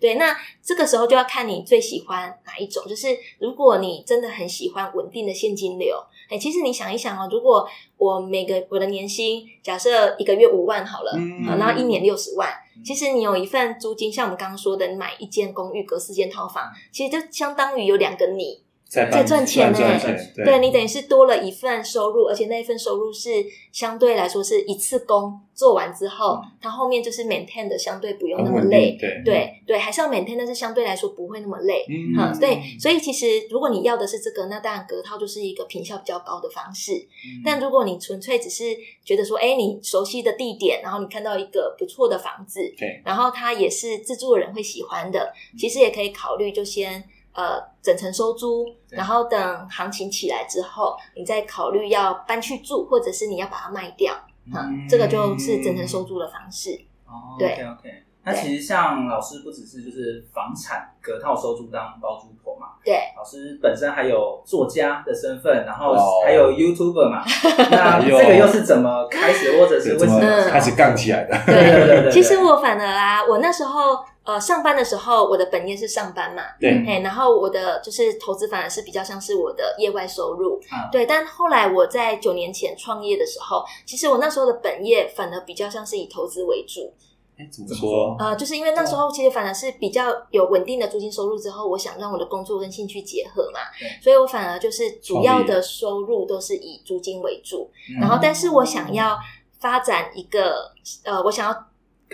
[SPEAKER 2] 对
[SPEAKER 3] 那这个时候就要看你最喜欢哪一种。就是如果你真的很喜欢稳定的现金流，哎，其实你想一想哦，如果我每个我的年薪假设一个月五万好了，
[SPEAKER 2] 嗯
[SPEAKER 3] 好，然后一年六十万。其实你有一份租金，像我们刚刚说的，你买一间公寓隔四间套
[SPEAKER 2] 嗯
[SPEAKER 3] 房，其实就相当于有两个你，
[SPEAKER 2] 在
[SPEAKER 3] 在赚钱呢
[SPEAKER 2] 赚钱，
[SPEAKER 3] 对你等于是多了一份收入，而且那一份收入是相对来说是一次工做完之后，它后面就是 maintain 的相对不用
[SPEAKER 2] 嗯
[SPEAKER 3] 那
[SPEAKER 2] 很
[SPEAKER 3] 么
[SPEAKER 2] 稳
[SPEAKER 3] 累
[SPEAKER 2] 定，，嗯对
[SPEAKER 3] 对对，还是要 maintain，但是相对来说不会那么累。
[SPEAKER 2] 嗯
[SPEAKER 3] 嗯，对，所以其实如果你要的是这个，那当然隔套就是一个品效比较高的方式。
[SPEAKER 2] 嗯
[SPEAKER 1] 嗯
[SPEAKER 3] 但如果你纯粹只是觉得说，哎，你熟悉的地点，然后你看到一个不错的房子，
[SPEAKER 2] 对，
[SPEAKER 3] 然后它也是自住的人会喜欢的，
[SPEAKER 1] 嗯
[SPEAKER 3] 其实也可以考虑就先呃整层收租，
[SPEAKER 1] 对
[SPEAKER 3] 然后等行情起来之后，你再考虑要搬去住，或者是你要把它卖掉，哈、
[SPEAKER 1] 嗯
[SPEAKER 3] 这个就是整层收租的方式。
[SPEAKER 1] 哦
[SPEAKER 3] 对
[SPEAKER 1] ，OK OK。那其实像老师不只是就是房产隔套收租当包租婆嘛，
[SPEAKER 3] 对，
[SPEAKER 1] 老师本身还有作家的身份，然后
[SPEAKER 2] 哇哦
[SPEAKER 1] 还有 YouTuber 嘛，那
[SPEAKER 2] 哎
[SPEAKER 1] 这
[SPEAKER 2] 呦
[SPEAKER 1] 个又是怎么开始，或者是为
[SPEAKER 2] 对怎
[SPEAKER 1] 什
[SPEAKER 2] 么
[SPEAKER 1] 么
[SPEAKER 3] 嗯
[SPEAKER 2] 开始杠起来的？
[SPEAKER 1] 对对对对对，
[SPEAKER 3] 其实我反而啊，我那时候呃上班的时候，我的本业是上班嘛，
[SPEAKER 1] 嗯
[SPEAKER 2] 对，
[SPEAKER 3] 哎，然后我的就是投资反而是比较像是我的业外收入，
[SPEAKER 1] 啊
[SPEAKER 3] 对。但后来我在九年前创业的时候，其实我那时候的本业反而比较像是以投资为主，
[SPEAKER 2] 哎怎么
[SPEAKER 1] 怎么
[SPEAKER 2] 说？
[SPEAKER 3] 呃，就是因为那时候其实反而是比较有稳定的租金收入之后，我想让我的工作跟兴趣结合嘛
[SPEAKER 1] 对，
[SPEAKER 3] 所以我反而就是主要
[SPEAKER 2] 创
[SPEAKER 3] 的收入都是以租金为主，
[SPEAKER 1] 嗯
[SPEAKER 3] 然后但是我想要发展一个呃，我想要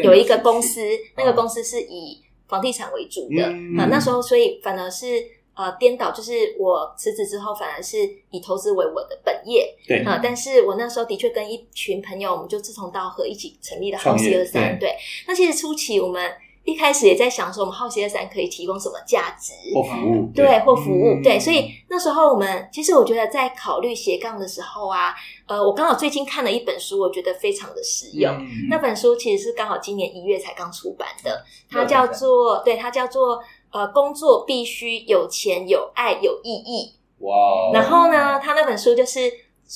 [SPEAKER 3] 有一个公司，那个公司是以房地产为主的，
[SPEAKER 2] 嗯
[SPEAKER 3] 啊，那时候所以反而是。呃，颠倒就是我辞职之后，反而是以投资为我的本业
[SPEAKER 2] 对
[SPEAKER 3] 啊、但是我那时候的确跟一群朋友，我们就志同道合，一起成立了好
[SPEAKER 2] 创
[SPEAKER 3] 奇
[SPEAKER 2] 业
[SPEAKER 3] 二三。对，那其实初期我们一开始也在想说，我们好奇二三可以提供什么价值，
[SPEAKER 2] 或服务，
[SPEAKER 3] 对，或服务，
[SPEAKER 1] 嗯
[SPEAKER 3] 对，所以那时候我们其实我觉得在考虑斜杠的时候啊，呃，我刚好最近看了一本书，我觉得非常的实用。
[SPEAKER 2] 嗯
[SPEAKER 3] 那本书其实是刚好今年一月才刚出版的，它
[SPEAKER 1] 对
[SPEAKER 3] 叫做对，它叫做呃，工作必须有钱、有爱、有意义。
[SPEAKER 2] 哇哦，
[SPEAKER 3] 然后呢，他那本书就是，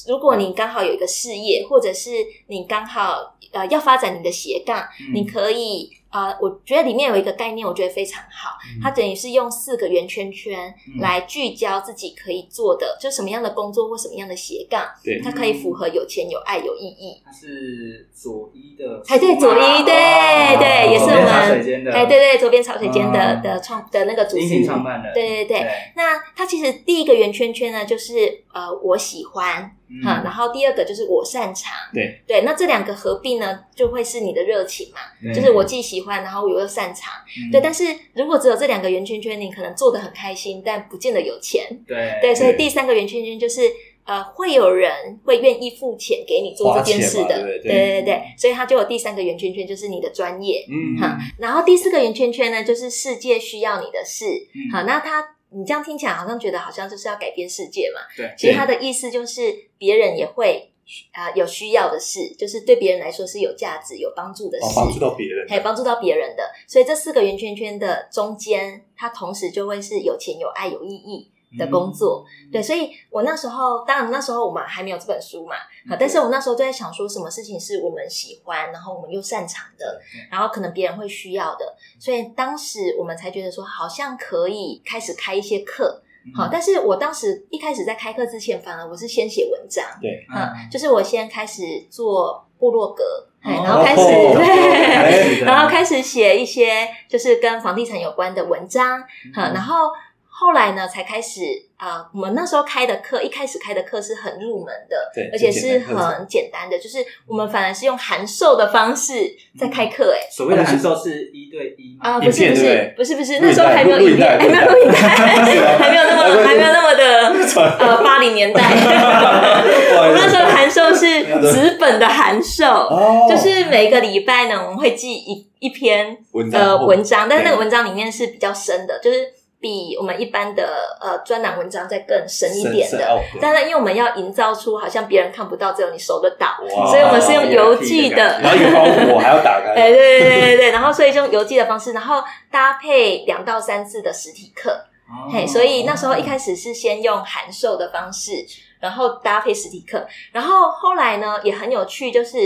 [SPEAKER 3] 如果你刚好有一个事业，或者是你刚好呃要发展你的斜杠，
[SPEAKER 1] 嗯
[SPEAKER 3] 你可以呃，我觉得里面有一个概念，我觉得非常好，它等于是用四个圆圈圈
[SPEAKER 1] 嗯
[SPEAKER 3] 来聚焦自己可以做的，就什么样的工作或什么样的斜杠，
[SPEAKER 2] 对
[SPEAKER 3] 它可以符合有钱、有爱、有意义。
[SPEAKER 1] 他是左一的书嘛，
[SPEAKER 3] 哎，对，左一，对
[SPEAKER 1] 哦
[SPEAKER 3] 对，也是
[SPEAKER 1] 左
[SPEAKER 3] 我
[SPEAKER 1] 边茶水
[SPEAKER 3] 们，
[SPEAKER 1] 间的，啊
[SPEAKER 3] 哎，对对，左边草水间的
[SPEAKER 1] 嗯
[SPEAKER 3] 的创的那个主
[SPEAKER 1] 音
[SPEAKER 3] 持
[SPEAKER 1] 频
[SPEAKER 3] 人，
[SPEAKER 1] 创办人，
[SPEAKER 3] 对对对。那它其实第一个圆圈圈呢，就是呃，我喜欢，
[SPEAKER 1] 嗯
[SPEAKER 3] 哈、然后第二个就是我擅长，
[SPEAKER 2] 对
[SPEAKER 3] 对，那这两个合并呢，就会是你的热情嘛，就是我既喜欢，然后我又擅长，
[SPEAKER 1] 嗯
[SPEAKER 2] 嗯
[SPEAKER 3] 对。但是如果只有这两个圆圈圈，你可能做的很开心，但不见得有钱，
[SPEAKER 1] 对
[SPEAKER 3] 对，所以第三个圆圈圈就是。呃，会有人会愿意付钱给你做这件事
[SPEAKER 2] 花钱
[SPEAKER 3] 的，
[SPEAKER 2] 嘛对不对
[SPEAKER 3] 对对对，所以它就有第三个圆圈圈，就是你的专业，
[SPEAKER 2] 嗯
[SPEAKER 3] 哈、然后第四个圆圈圈呢，就是世界需要你的事，
[SPEAKER 2] 嗯
[SPEAKER 3] 好，那它你这样听起来好像觉得好像就是要改变世界嘛，
[SPEAKER 1] 对
[SPEAKER 3] 其实它的意思就是别人也会啊、有需要的事，就是对别人来说是有价值、有帮助的
[SPEAKER 2] 哦帮助
[SPEAKER 3] 事，
[SPEAKER 2] 到别人，
[SPEAKER 3] 可以帮助到别人的。所以这四个圆圈圈的中间，它同时就会是有钱、有爱、有意义。的工作，对，所以我那时候，当然那时候我们还没有这本书嘛，好，但是我那时候就在想说，什么事情是我们喜欢，然后我们又擅长的，然后可能别人会需要的，所以当时我们才觉得说，好像可以开始开一些课。
[SPEAKER 1] 嗯
[SPEAKER 3] 好，但是我当时一开始在开课之前，反而我是先写文章，
[SPEAKER 2] 对，
[SPEAKER 3] 嗯，就是我先开始做部落格，嘿
[SPEAKER 1] 哦
[SPEAKER 3] 哎然后 开始、
[SPEAKER 2] 哦
[SPEAKER 3] 对，
[SPEAKER 2] 哎
[SPEAKER 3] 然后开始写一些就是跟房地产有关的文章，
[SPEAKER 2] 嗯
[SPEAKER 3] 哈、然后后来呢才开始啊、呃我们那时候开的课，一开始开的课是很入门的，
[SPEAKER 2] 对
[SPEAKER 3] 而且是
[SPEAKER 2] 很简单课程
[SPEAKER 3] 很简单的，就是我们反而是用函授的方式在开课、哎、
[SPEAKER 1] 所
[SPEAKER 2] 哦
[SPEAKER 1] 谓的函授是一对一嘛
[SPEAKER 3] 啊，
[SPEAKER 2] 影
[SPEAKER 3] 不是
[SPEAKER 2] 片
[SPEAKER 3] 不
[SPEAKER 2] 对不对
[SPEAKER 3] 是不是不是，那时候还没有
[SPEAKER 2] 录影
[SPEAKER 3] 影片，
[SPEAKER 2] 带
[SPEAKER 3] 还没有录影带，还 没 有那么还没有那么的呃八零年代。
[SPEAKER 2] 不好
[SPEAKER 3] 我
[SPEAKER 2] 意
[SPEAKER 3] 那时
[SPEAKER 2] 思，
[SPEAKER 3] 候函授是
[SPEAKER 2] 有的
[SPEAKER 3] 纸本的函 授，
[SPEAKER 2] 哦，
[SPEAKER 3] 就是每个礼拜呢，我们会寄一一篇
[SPEAKER 2] 文章哦
[SPEAKER 3] 呃
[SPEAKER 2] 或
[SPEAKER 3] 文章，但是那个
[SPEAKER 2] 对
[SPEAKER 3] 文章里面是比较深的，就是比我们一般的呃专栏文章再更深一点
[SPEAKER 2] 深深哦
[SPEAKER 3] 的。
[SPEAKER 2] 奥的
[SPEAKER 3] 当然，因为我们要营造出好像别人看不到，只有你收得到，
[SPEAKER 2] 哇
[SPEAKER 3] 所以我们是用邮寄
[SPEAKER 1] 的
[SPEAKER 3] 的。
[SPEAKER 2] 然后有包裹我还要打开，
[SPEAKER 3] 哎，对对对对对，然后所以就用邮寄的方式，然后搭配两到三次的实体课，
[SPEAKER 1] 哦
[SPEAKER 3] 嘿，所以那时候一开始是先用函授的方式，然后搭配实体课，然后后来呢也很有趣，就是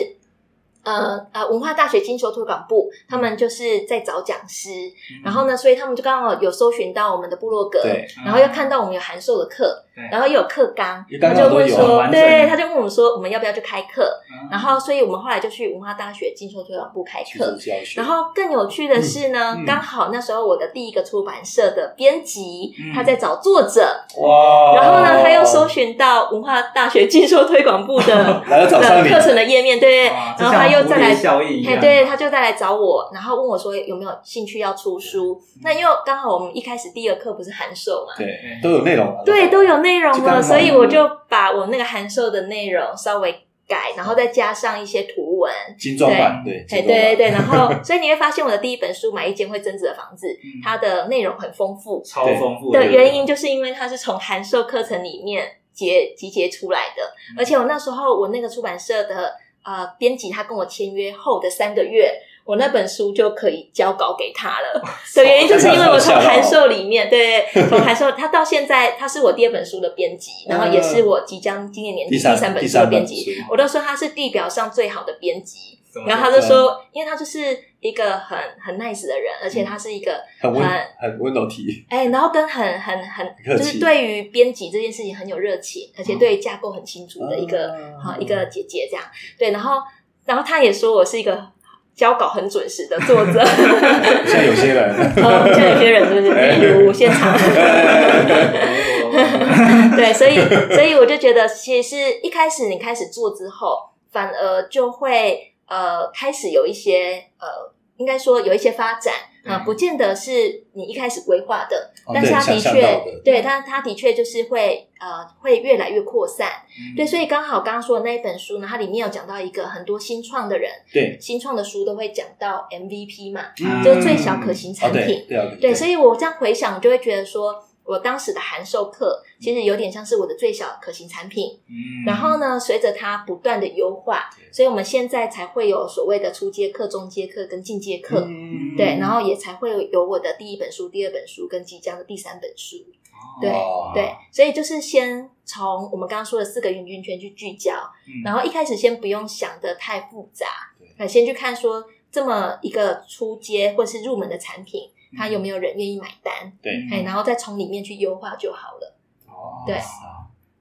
[SPEAKER 3] 呃呃文化大学金球推广部他们就是在找讲师，
[SPEAKER 1] 嗯
[SPEAKER 3] 然后呢，所以他们就刚好有搜寻到我们的部落格，
[SPEAKER 2] 对
[SPEAKER 3] 然后又看到我们有函授的课
[SPEAKER 1] 对，
[SPEAKER 3] 然后又有课纲
[SPEAKER 2] 因为，刚
[SPEAKER 3] 他
[SPEAKER 2] 刚
[SPEAKER 3] 就
[SPEAKER 2] 都
[SPEAKER 3] 问
[SPEAKER 2] 有
[SPEAKER 3] 说
[SPEAKER 1] 完，整
[SPEAKER 3] 对，他就问我们说，我们要不要去开课？
[SPEAKER 1] 嗯
[SPEAKER 3] 然后，所以我们后来就去文化大学进修推广部开
[SPEAKER 2] 去做
[SPEAKER 3] 课。
[SPEAKER 2] 教学，
[SPEAKER 3] 然后更有趣的是呢，
[SPEAKER 2] 嗯嗯
[SPEAKER 3] 刚好那时候我的第一个出版社的编辑、
[SPEAKER 1] 嗯
[SPEAKER 3] 他在找作者，
[SPEAKER 2] 哇，
[SPEAKER 3] 然后呢，他又搜寻到文化大学进修推 广部的
[SPEAKER 2] 来到早上
[SPEAKER 3] 的
[SPEAKER 2] 你
[SPEAKER 3] 课程的页面，对，
[SPEAKER 1] 哇
[SPEAKER 3] 然后他又再来
[SPEAKER 1] 啊这像蝴蝶效应一
[SPEAKER 3] 嘿，
[SPEAKER 1] 样，
[SPEAKER 3] 对，他就再来找我，然后问我说有没有兴趣要出书。
[SPEAKER 1] 嗯
[SPEAKER 3] 那因为刚好我们一开始第二课不是函授嘛，
[SPEAKER 2] 对都有内容了，
[SPEAKER 3] 对，都有内
[SPEAKER 2] 就
[SPEAKER 3] 容
[SPEAKER 2] 刚好
[SPEAKER 3] 了，所以
[SPEAKER 1] 嗯
[SPEAKER 3] 我就把我那个函授的内容稍微改，然后再加上一些图文。
[SPEAKER 2] 精装版，对，
[SPEAKER 3] 哎，对
[SPEAKER 2] 精装版
[SPEAKER 3] 对对，然 后所以你会发现我的第一本书《买一间会增值的房子》，
[SPEAKER 1] 嗯
[SPEAKER 3] 它的内容很丰富
[SPEAKER 1] 超丰富
[SPEAKER 3] 的
[SPEAKER 2] 对
[SPEAKER 3] 原因，就是因为它是从函授课程里面结集结出来的。
[SPEAKER 2] 嗯
[SPEAKER 3] 而且我那时候我那个出版社的呃编辑，他跟我签约后的三个月，我那本书就可以交稿给他了。的原因就是因为我从
[SPEAKER 2] 哦
[SPEAKER 3] 函授里面，对，从函授，他到现在他是我第二本书的编辑，然后也是我即将今年年
[SPEAKER 2] 嗯
[SPEAKER 3] 底
[SPEAKER 2] 第
[SPEAKER 3] 第
[SPEAKER 2] 三
[SPEAKER 3] 三本
[SPEAKER 2] 第
[SPEAKER 3] 书的
[SPEAKER 2] 三
[SPEAKER 3] 编
[SPEAKER 2] 本
[SPEAKER 3] 辑。
[SPEAKER 2] 书嗯
[SPEAKER 3] 我都说他是地表上最好的编辑，
[SPEAKER 1] 怎么
[SPEAKER 3] 然 后他就说，因为他就是一个很很 nice 的人，而且他是一个
[SPEAKER 2] 嗯很温
[SPEAKER 3] 很
[SPEAKER 2] 很温柔体，
[SPEAKER 3] 哎、然后跟很很很，
[SPEAKER 2] 热
[SPEAKER 3] 就
[SPEAKER 2] 情
[SPEAKER 3] 是对于编辑这件事情很有热情，而且对架构很清楚的一个
[SPEAKER 2] 啊
[SPEAKER 3] 好、一个姐姐这样。对，然后然后她也说我是一个交稿很准时的作者，
[SPEAKER 2] 像有些人
[SPEAKER 3] 呃，像有些人就是例如现场。
[SPEAKER 1] 嗯
[SPEAKER 3] 对，所以所以我就觉得，其实是一开始你开始做之后，反而就会呃开始有一些呃，应该说有一些发展啊、
[SPEAKER 1] 对
[SPEAKER 3] 不见得是你一开始规划的，
[SPEAKER 2] 哦
[SPEAKER 3] 但是它
[SPEAKER 2] 对想
[SPEAKER 3] 的
[SPEAKER 2] 象
[SPEAKER 3] 确
[SPEAKER 2] 到的
[SPEAKER 3] 对，但它的确就是会呃会越来越扩散。
[SPEAKER 1] 嗯
[SPEAKER 3] 对，所以刚好刚刚说的那一本书呢，它里面有讲到一个很多新创的人，
[SPEAKER 2] 对，
[SPEAKER 3] 新创的书都会讲到 MVP 嘛，
[SPEAKER 1] 嗯
[SPEAKER 3] 就是最小可行
[SPEAKER 2] 哦
[SPEAKER 3] 产品
[SPEAKER 2] 对。对啊
[SPEAKER 3] 对，所以我这样回想，就会觉得说，我当时的函授课其实有点像是我的最小可行产品。
[SPEAKER 1] 嗯
[SPEAKER 3] 然后呢，随着它不断的优化，所以我们现在才会有所谓的初阶课、中阶课跟进阶课。
[SPEAKER 2] 嗯
[SPEAKER 3] 对，然后也才会有我的第一本书、第二本书跟即将的第三本书。
[SPEAKER 1] 哦
[SPEAKER 3] 对
[SPEAKER 2] 哇
[SPEAKER 3] 对，所以就是先从我们刚刚说的四个圆圈圈去聚焦，
[SPEAKER 1] 嗯
[SPEAKER 3] 然后一开始先不用想的太复杂，呃，先去看说这么一个初阶或是入门的产品，它
[SPEAKER 1] 嗯
[SPEAKER 3] 有没有人愿意买单，
[SPEAKER 2] 对
[SPEAKER 3] 哎、然后再从里面去优化就好了。对
[SPEAKER 2] 哇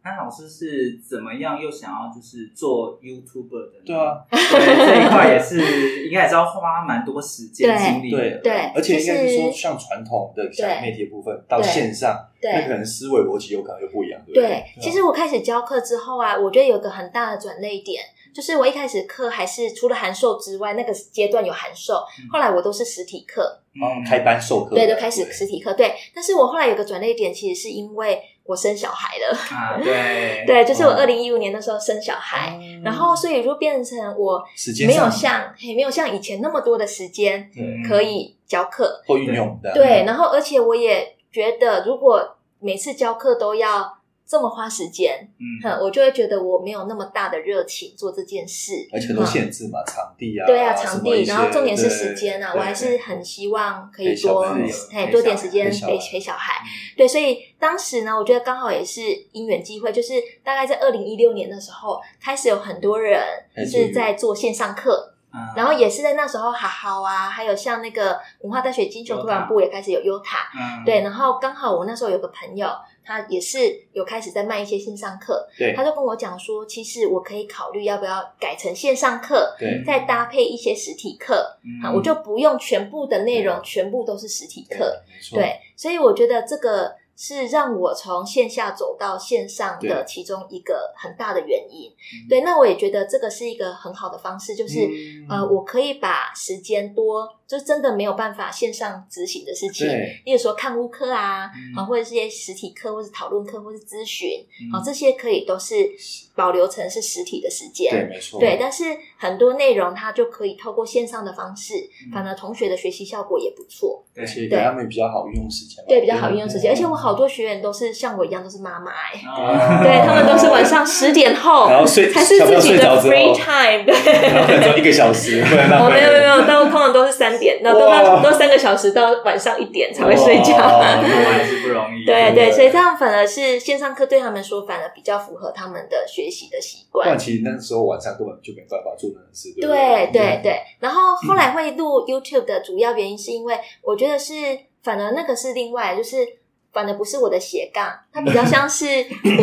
[SPEAKER 1] 那老师是怎么样又想要就是做 YouTuber 的呢？
[SPEAKER 2] 对啊，
[SPEAKER 1] 对这一块也是应该也是要花蛮多时间精力的。
[SPEAKER 3] 对
[SPEAKER 2] 而且应该是说
[SPEAKER 3] 哎就是
[SPEAKER 2] 像传统的
[SPEAKER 3] 对
[SPEAKER 2] 像媒体部分到
[SPEAKER 3] 对
[SPEAKER 2] 线上，那可
[SPEAKER 3] 对
[SPEAKER 2] 能思维逻辑有可能又不一样，对不
[SPEAKER 3] 对
[SPEAKER 2] 对，，
[SPEAKER 3] 其实我开始教课之后啊，我觉得有个很大的转捩点，就是我一开始课还是除了函授之外，那个阶段有函授，后来我都是实体课，
[SPEAKER 1] 嗯
[SPEAKER 2] 哦开班授课，
[SPEAKER 3] 对，都开始实体课。对，但是我后来有个转捩点，其实是因为我生小孩了。
[SPEAKER 1] 啊，对
[SPEAKER 3] 对，就是我
[SPEAKER 2] 哦
[SPEAKER 3] 二零一五年的时候生小孩，
[SPEAKER 2] 嗯
[SPEAKER 3] 然后所以就变成我
[SPEAKER 2] 时间
[SPEAKER 3] 没有
[SPEAKER 2] 上嗯
[SPEAKER 3] 像嘿没有像以前那么多的时间
[SPEAKER 1] 嗯
[SPEAKER 2] 对
[SPEAKER 3] 可以教课。
[SPEAKER 2] 会运用的，
[SPEAKER 3] 对，然后而且我也觉得，如果每次教课都要这么花时间，
[SPEAKER 1] 嗯，
[SPEAKER 3] 哼，我就会觉得我没有那么大的热情做这件事。
[SPEAKER 2] 而且都
[SPEAKER 3] 嗯
[SPEAKER 2] 限制嘛，场地啊，
[SPEAKER 3] 对啊，
[SPEAKER 2] 什
[SPEAKER 3] 场
[SPEAKER 2] 么一
[SPEAKER 3] 地，
[SPEAKER 2] 些
[SPEAKER 3] 然后重点是
[SPEAKER 2] 对
[SPEAKER 3] 时间啊，
[SPEAKER 2] 对
[SPEAKER 3] 我还是很希望可以
[SPEAKER 2] 陪小
[SPEAKER 3] 多
[SPEAKER 2] 朋友
[SPEAKER 3] 哎
[SPEAKER 1] 陪
[SPEAKER 3] 多
[SPEAKER 1] 小
[SPEAKER 3] 点
[SPEAKER 1] 孩
[SPEAKER 3] 时间
[SPEAKER 2] 陪小
[SPEAKER 3] 陪
[SPEAKER 2] 孩
[SPEAKER 3] 陪小孩。对，所以当时呢，我觉得刚好也是因缘机会，就是大概在二零一六年的时候，开始有很多人
[SPEAKER 2] 开始啊
[SPEAKER 3] 是在做线上课，
[SPEAKER 1] 嗯
[SPEAKER 3] 然后也是在那时候，好好啊，还有像那个文化大学金球推广部也开始有优塔，
[SPEAKER 1] 嗯
[SPEAKER 3] 对，然后刚好我那时候有个朋友，他也是有开始在卖一些线上课，
[SPEAKER 2] 对
[SPEAKER 3] 他就跟我讲说，其实我可以考虑要不要改成线上课，
[SPEAKER 2] 对
[SPEAKER 3] 再搭配一些实体课，
[SPEAKER 1] 嗯
[SPEAKER 3] 啊，我
[SPEAKER 2] 嗯
[SPEAKER 3] 就不用全部的内容全部都是实体课，
[SPEAKER 2] 没错
[SPEAKER 3] 对，所以我觉得这个是让我从线下走到线上的
[SPEAKER 2] 对
[SPEAKER 3] 其中一个很大的原因。对，那我也觉得这个是一个很好的方式，就是、
[SPEAKER 2] 嗯
[SPEAKER 3] 呃，我可以把时间多，就真的没有办法线上执行的事情，
[SPEAKER 2] 对
[SPEAKER 3] 例如说看屋课啊，
[SPEAKER 1] 嗯
[SPEAKER 3] 啊、或者是一些实体课，或是讨论课，或是咨询，啊、
[SPEAKER 1] 嗯
[SPEAKER 3] 这些可以都是保留成是实体的时间。
[SPEAKER 2] 对，没错，
[SPEAKER 3] 对，但是很多内容它就可以透过线上的方式，
[SPEAKER 2] 嗯
[SPEAKER 3] 反而同学的学习效果也不错，
[SPEAKER 2] 而且给他们比较好运用时间嘛，
[SPEAKER 3] 对，比较好运用时
[SPEAKER 2] 嗯
[SPEAKER 3] 间。而且我好多学员都是像我一样，都是妈妈哎、
[SPEAKER 2] 嗯
[SPEAKER 1] 哦
[SPEAKER 3] 对他们都是晚上十点后
[SPEAKER 2] 然后睡
[SPEAKER 3] 才是
[SPEAKER 2] 小朋友
[SPEAKER 3] 自己
[SPEAKER 2] 睡着
[SPEAKER 3] 的
[SPEAKER 2] 之后
[SPEAKER 3] free time，对。
[SPEAKER 2] 然后可能只有一个小 时，不然
[SPEAKER 3] 哦，
[SPEAKER 2] 浪费
[SPEAKER 3] 没有没有没有，到通常都是三点，那都
[SPEAKER 2] 哇
[SPEAKER 3] 到都三个小时到晚上一点才会睡觉。
[SPEAKER 2] 哇
[SPEAKER 1] 果然是不容易。
[SPEAKER 3] 对
[SPEAKER 2] 对
[SPEAKER 3] 对，所以这样反而是线上课对他们说，反而比较符合他们的学习的习
[SPEAKER 2] 不然
[SPEAKER 3] 惯。
[SPEAKER 2] 其实那时候晚上根本就没办法做那件事，对不
[SPEAKER 3] 对对
[SPEAKER 2] 对，
[SPEAKER 3] 对，然后后来会录
[SPEAKER 1] 嗯
[SPEAKER 3] YouTube 的主要原因是因为我觉得是，反而那个是另外，就是反而不是我的斜杠，它比较像 是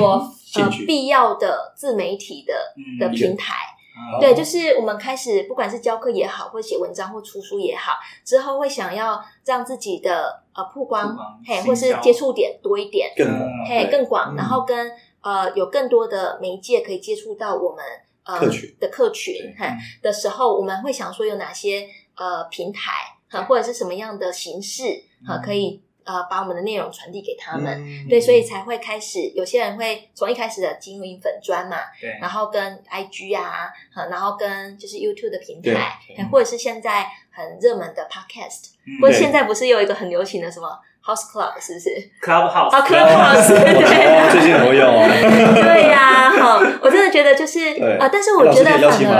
[SPEAKER 3] 我
[SPEAKER 2] 兴
[SPEAKER 3] 呃
[SPEAKER 2] 趣
[SPEAKER 3] 必要的自媒体的
[SPEAKER 1] 嗯哦
[SPEAKER 3] 的
[SPEAKER 2] 一个
[SPEAKER 3] 平台。
[SPEAKER 2] 嗯
[SPEAKER 3] 对，就是我们开始不管是教课也好，或写文章或出书也好，之后会想要让自己的呃曝
[SPEAKER 1] 曝
[SPEAKER 3] 光
[SPEAKER 1] 光，
[SPEAKER 3] 嘿，
[SPEAKER 1] 行
[SPEAKER 3] 或是
[SPEAKER 1] 销
[SPEAKER 3] 接触点多一点，
[SPEAKER 2] 更
[SPEAKER 1] 嗯
[SPEAKER 3] 嘿，更广，
[SPEAKER 2] 嗯
[SPEAKER 3] 然后跟呃有更多的媒介可以接触到我们呃
[SPEAKER 2] 客群
[SPEAKER 3] 的客群
[SPEAKER 2] 对，嗯
[SPEAKER 3] 嘿的时候，我们会想说有哪些呃平台，呃或者是什么样的形式，呃
[SPEAKER 1] 嗯
[SPEAKER 3] 可以呃把我们的内容传递给他们。
[SPEAKER 2] 嗯
[SPEAKER 3] 对，所以才会开始，有些人会从一开始的经营粉砖嘛，
[SPEAKER 1] 对
[SPEAKER 3] 然后跟 IG 啊，呃然后跟就是 YouTube 的平
[SPEAKER 2] 对
[SPEAKER 3] 台，
[SPEAKER 2] 对
[SPEAKER 3] 哎或者是现在很热门的 Podcast，
[SPEAKER 1] 嗯
[SPEAKER 3] 或者
[SPEAKER 2] 对
[SPEAKER 3] 现在不是有一个很流行的什么 House Club，是不是？
[SPEAKER 1] Clubhouse
[SPEAKER 3] 啊 ，Clubhouse，
[SPEAKER 2] 哦最
[SPEAKER 3] 对，
[SPEAKER 2] 近很会用哦，
[SPEAKER 3] 对呀，好，我真的觉得就是
[SPEAKER 2] 对
[SPEAKER 3] 啊，但是 我觉得
[SPEAKER 2] 老师可以邀请
[SPEAKER 3] 反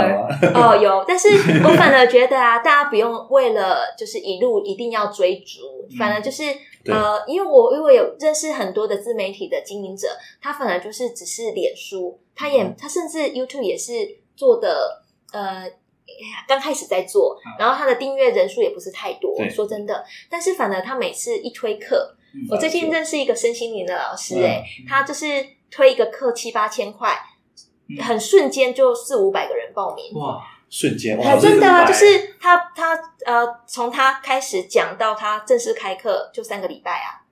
[SPEAKER 2] 妈
[SPEAKER 3] 而
[SPEAKER 2] 妈
[SPEAKER 3] 哦有，但是我反而觉得啊，大家不用为了就是一路一定要追逐，反而就是。
[SPEAKER 2] 嗯对
[SPEAKER 3] 呃，因为我因为我有认识很多的自媒体的经营者，他反而就是只是脸书，他也
[SPEAKER 2] 嗯
[SPEAKER 3] 他甚至 YouTube 也是做的呃刚开始在做，然后他的订阅人数也不是太多
[SPEAKER 2] 嗯对，
[SPEAKER 3] 说真的，但是反而他每次一推课，
[SPEAKER 1] 嗯
[SPEAKER 3] 我最近认识一个身心灵的老师、欸，哎、他就是推一个课七八千块，
[SPEAKER 1] 嗯
[SPEAKER 3] 很瞬间就四五百个人报名。
[SPEAKER 1] 哇，
[SPEAKER 2] 瞬间
[SPEAKER 3] 哎
[SPEAKER 2] 哇，
[SPEAKER 3] 真的啊，
[SPEAKER 1] 400
[SPEAKER 3] 就是他他呃，从他开始讲到他正式开课就三个礼拜啊，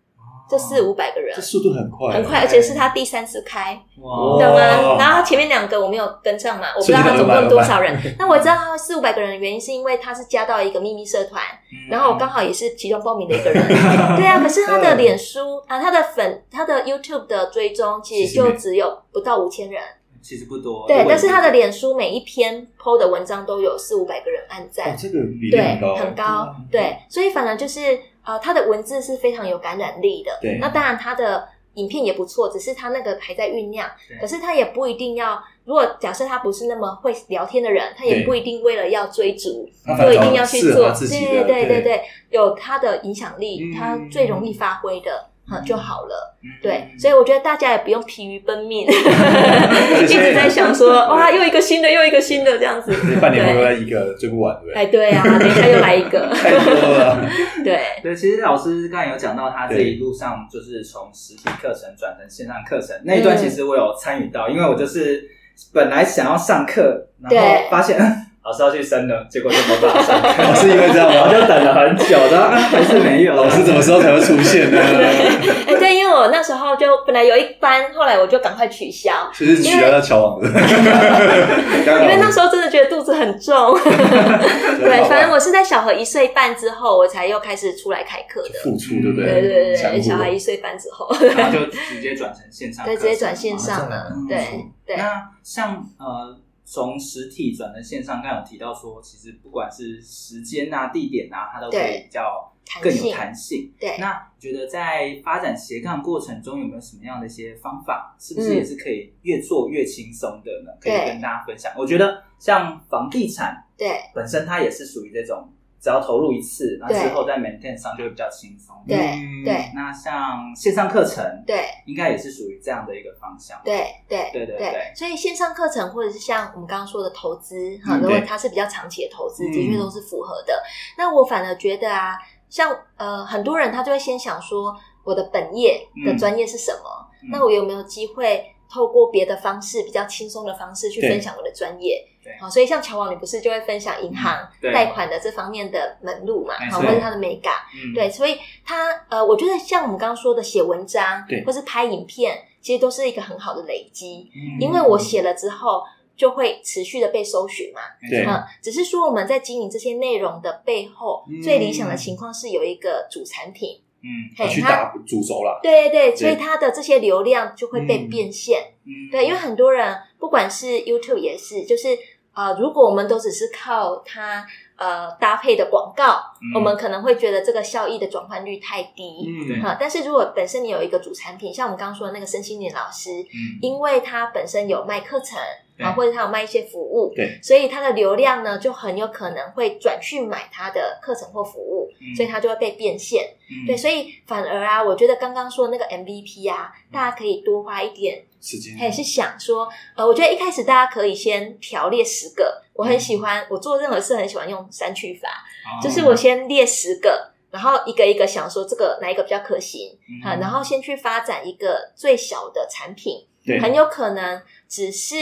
[SPEAKER 3] 就四五百个人
[SPEAKER 2] 这，速度很快，啊
[SPEAKER 3] 很快，而且是他第三次开，
[SPEAKER 1] 哇，
[SPEAKER 3] 懂
[SPEAKER 2] 哦
[SPEAKER 3] 吗？然后他前面两个我没有跟上嘛，我不知道他总共多少人。那我知道他四五百个人的原因是因为他是加到一个秘密社团，
[SPEAKER 1] 嗯
[SPEAKER 3] 然后我刚好也是其中报名的一个人。对啊，可是他的脸书啊，他的粉，他的 YouTube 的追踪其实就只有不到五千人。
[SPEAKER 1] 其实不多，
[SPEAKER 3] 对，但是他
[SPEAKER 1] 的
[SPEAKER 3] 的脸书每一篇 PO 的文章都有四五百个人按赞
[SPEAKER 2] 哦，，这个比例
[SPEAKER 3] 对
[SPEAKER 2] 很高，，啊
[SPEAKER 3] 很高，对，所以反而就是呃，他的文字是非常有感染力的。
[SPEAKER 2] 对
[SPEAKER 3] 那当然他的影片也不错，只是他那个还在酝酿
[SPEAKER 1] 对，
[SPEAKER 3] 可是他也不一定要。如果假设他不是那么会聊天的人，他也
[SPEAKER 2] 对
[SPEAKER 3] 不一定为了要追逐，
[SPEAKER 2] 他反
[SPEAKER 3] 就
[SPEAKER 2] 而
[SPEAKER 3] 一定要去
[SPEAKER 2] 适合
[SPEAKER 3] 做。
[SPEAKER 2] 他自己的
[SPEAKER 3] 对对
[SPEAKER 2] 对
[SPEAKER 3] 对对，有他的影响力，
[SPEAKER 2] 嗯
[SPEAKER 3] 他最容易发挥的。呃就好了，对，
[SPEAKER 1] 嗯
[SPEAKER 3] 所以我觉得大家也不用疲于奔 命，
[SPEAKER 2] 且
[SPEAKER 3] 一
[SPEAKER 2] 现在
[SPEAKER 3] 直在想说哇，又一个新的，又一个新的这样子
[SPEAKER 2] 对，，半年
[SPEAKER 3] 对
[SPEAKER 2] 回来一个追不完，对不对？
[SPEAKER 3] 哎，对啊，等一下又来一个，
[SPEAKER 2] 太多了，
[SPEAKER 3] 对，
[SPEAKER 1] 对，其实老师刚才有讲到，他这一路上就是从实体课程转成线上课程那一段，其实我有参与到，因为我就是本来想要上课，然后
[SPEAKER 3] 对
[SPEAKER 1] 发现嗯老师要去生了，结果就没办法上课，
[SPEAKER 2] 哦是因为这样
[SPEAKER 1] 然后
[SPEAKER 2] 吗？
[SPEAKER 1] 就等了很久，然后啊还是没有
[SPEAKER 2] 老师怎么时候才会出现呢？
[SPEAKER 3] 哎，对，因为我那时候就本来有一班，后来我就赶快取消，
[SPEAKER 2] 其实取消要交往的， 因
[SPEAKER 3] 因为那时候真的觉得肚子很重。 对，反正我是在小何一岁半之后，我才又开始出来开课的。
[SPEAKER 2] 付出，对不
[SPEAKER 3] 嗯对对对
[SPEAKER 2] 强哦
[SPEAKER 3] 对，
[SPEAKER 2] 迫
[SPEAKER 3] 小孩一岁半之后，
[SPEAKER 1] 然后就直接转成线上课
[SPEAKER 3] 对，
[SPEAKER 1] 程，
[SPEAKER 3] 直接转线
[SPEAKER 1] 哦
[SPEAKER 3] 上了
[SPEAKER 1] 嗯。
[SPEAKER 3] 对对，
[SPEAKER 1] 那像呃，从实体转成线上，刚才有提到说，其实不管是时间啊、地点啊，它都会
[SPEAKER 3] 对
[SPEAKER 1] 比较
[SPEAKER 3] 弹
[SPEAKER 1] 更有
[SPEAKER 3] 性，
[SPEAKER 1] 弹性。
[SPEAKER 3] 对。
[SPEAKER 1] 那你觉得在发展斜杠过程中，有没有什么样的一些方法，是不是
[SPEAKER 3] 嗯
[SPEAKER 1] 也是可以越做越轻松的呢？可以
[SPEAKER 3] 对
[SPEAKER 1] 跟大家分享。我觉得像房地产
[SPEAKER 3] 对
[SPEAKER 1] 本身，它也是属于这种，只要投入一次，那
[SPEAKER 3] 对
[SPEAKER 1] 之后在 maintain 上就会比较轻松。
[SPEAKER 3] 对
[SPEAKER 2] 嗯
[SPEAKER 3] 对
[SPEAKER 1] 那像线上课程，
[SPEAKER 3] 对
[SPEAKER 1] 应该也是属于这样的一个方向。
[SPEAKER 3] 对对
[SPEAKER 1] 对对对
[SPEAKER 3] 所以线上课程或者是像我们刚刚说的投资哈，
[SPEAKER 2] 嗯
[SPEAKER 3] 如果
[SPEAKER 2] 对
[SPEAKER 3] 它是比较长期的投资，
[SPEAKER 1] 嗯
[SPEAKER 3] 的确都是符合的。那我反而觉得啊，像呃很多人他就会先想说，我的本业的专业是什么？
[SPEAKER 1] 嗯
[SPEAKER 3] 那我有没有机会透过别的方式，比较轻松的方式去
[SPEAKER 2] 对
[SPEAKER 3] 分享我的专业
[SPEAKER 1] 对。
[SPEAKER 3] 好，所以像乔王，你不是就会分享银行
[SPEAKER 1] 对
[SPEAKER 3] 贷款的这方面的门路嘛？
[SPEAKER 1] 没
[SPEAKER 3] 好，
[SPEAKER 1] 错
[SPEAKER 3] 或者它的美感。
[SPEAKER 1] 嗯，
[SPEAKER 3] 对，所以他呃，我觉得像我们刚刚说的写文章，
[SPEAKER 2] 对
[SPEAKER 3] 或是拍影片，其实都是一个很好的累积，
[SPEAKER 1] 嗯，
[SPEAKER 3] 因为我写了之后。就会持续的被搜寻嘛，
[SPEAKER 2] 对
[SPEAKER 3] 嗯，只是说我们在经营这些内容的背后，
[SPEAKER 1] 嗯
[SPEAKER 3] 最理想的情况是有一个主产品，
[SPEAKER 1] 嗯
[SPEAKER 3] 嘿
[SPEAKER 2] 去
[SPEAKER 3] 它
[SPEAKER 2] 打主轴啦。
[SPEAKER 3] 对对对，所以它的这些流量就会被变现，
[SPEAKER 1] 嗯，
[SPEAKER 3] 对，因为很多人不管是 YouTube 也是，就是呃，如果我们都只是靠它呃搭配的广告，
[SPEAKER 1] 嗯
[SPEAKER 3] 我们可能会觉得这个效益的转换率太低，啊
[SPEAKER 2] 嗯
[SPEAKER 1] 对
[SPEAKER 3] 哈，但是如果本身你有一个主产品，像我们刚刚说的那个身心灵老师，
[SPEAKER 1] 嗯
[SPEAKER 3] 因为他本身有卖课程
[SPEAKER 1] 对
[SPEAKER 3] 啊，或者他有卖一些服务，
[SPEAKER 2] 对，
[SPEAKER 3] 所以他的流量呢就很有可能会转去买他的课程或服务，
[SPEAKER 1] 嗯
[SPEAKER 3] 所以他就会被变现。
[SPEAKER 1] 嗯
[SPEAKER 3] 对，所以反而啊，我觉得刚刚说那个 MVP 啊，
[SPEAKER 1] 嗯
[SPEAKER 3] 大家可以多花一点，
[SPEAKER 2] 时间
[SPEAKER 3] 还是想说，呃，我觉得一开始大家可以先条列十个，我很喜欢，我做任何事很喜欢用删去法，
[SPEAKER 1] 嗯哦
[SPEAKER 3] 就是我先列十个，然后一个一个想说这个哪一个比较可行
[SPEAKER 1] 嗯
[SPEAKER 3] 啊，然后先去发展一个最小的产品，
[SPEAKER 2] 对
[SPEAKER 3] 很有可能只是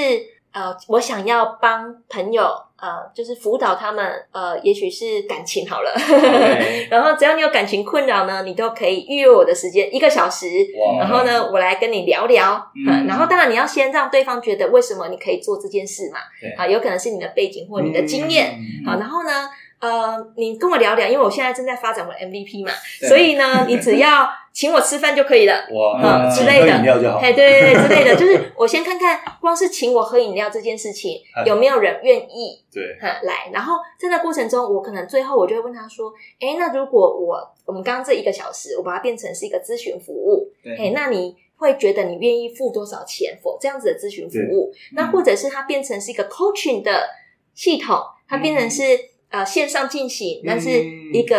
[SPEAKER 3] 呃，我想要帮朋友呃，就是辅导他们呃，也许是感情好了，
[SPEAKER 1] 对
[SPEAKER 3] 然后只要你有感情困扰呢，你都可以预约我的时间一个小时。
[SPEAKER 2] 哇
[SPEAKER 3] 然后呢，我来跟你聊聊，
[SPEAKER 1] 嗯
[SPEAKER 3] 啊然后当然你要先让对方觉得为什么你可以做这件事嘛
[SPEAKER 2] 对，
[SPEAKER 3] 啊，有可能是你的背景或你的经验，
[SPEAKER 2] 嗯
[SPEAKER 3] 好，然后呢，呃，你跟我聊聊，因为我现在正在发展我的 MVP 嘛，
[SPEAKER 1] 对
[SPEAKER 3] 所以呢，你只要请我吃饭就可以了。
[SPEAKER 2] 哇，
[SPEAKER 3] 嗯
[SPEAKER 2] 请
[SPEAKER 3] 之类
[SPEAKER 2] 喝
[SPEAKER 3] 的
[SPEAKER 2] 饮料就好。
[SPEAKER 3] 哎，对对对，之类的，就是我先看看，光是请我喝饮料这件事情，有没有人愿意
[SPEAKER 2] 对，
[SPEAKER 3] 哈呃来？然后在那过程中，我可能最后我就会问他说，哎，那如果我我们刚刚这一个小时，我把它变成是一个咨询服务，哎
[SPEAKER 1] 嗯对，
[SPEAKER 3] 那你会觉得你愿意付多少钱否这样子的咨询服务？那
[SPEAKER 1] 嗯
[SPEAKER 3] 或者是它变成是一个 coaching 的系统，它变
[SPEAKER 1] 嗯
[SPEAKER 3] 成是、呃线上进行，但是一个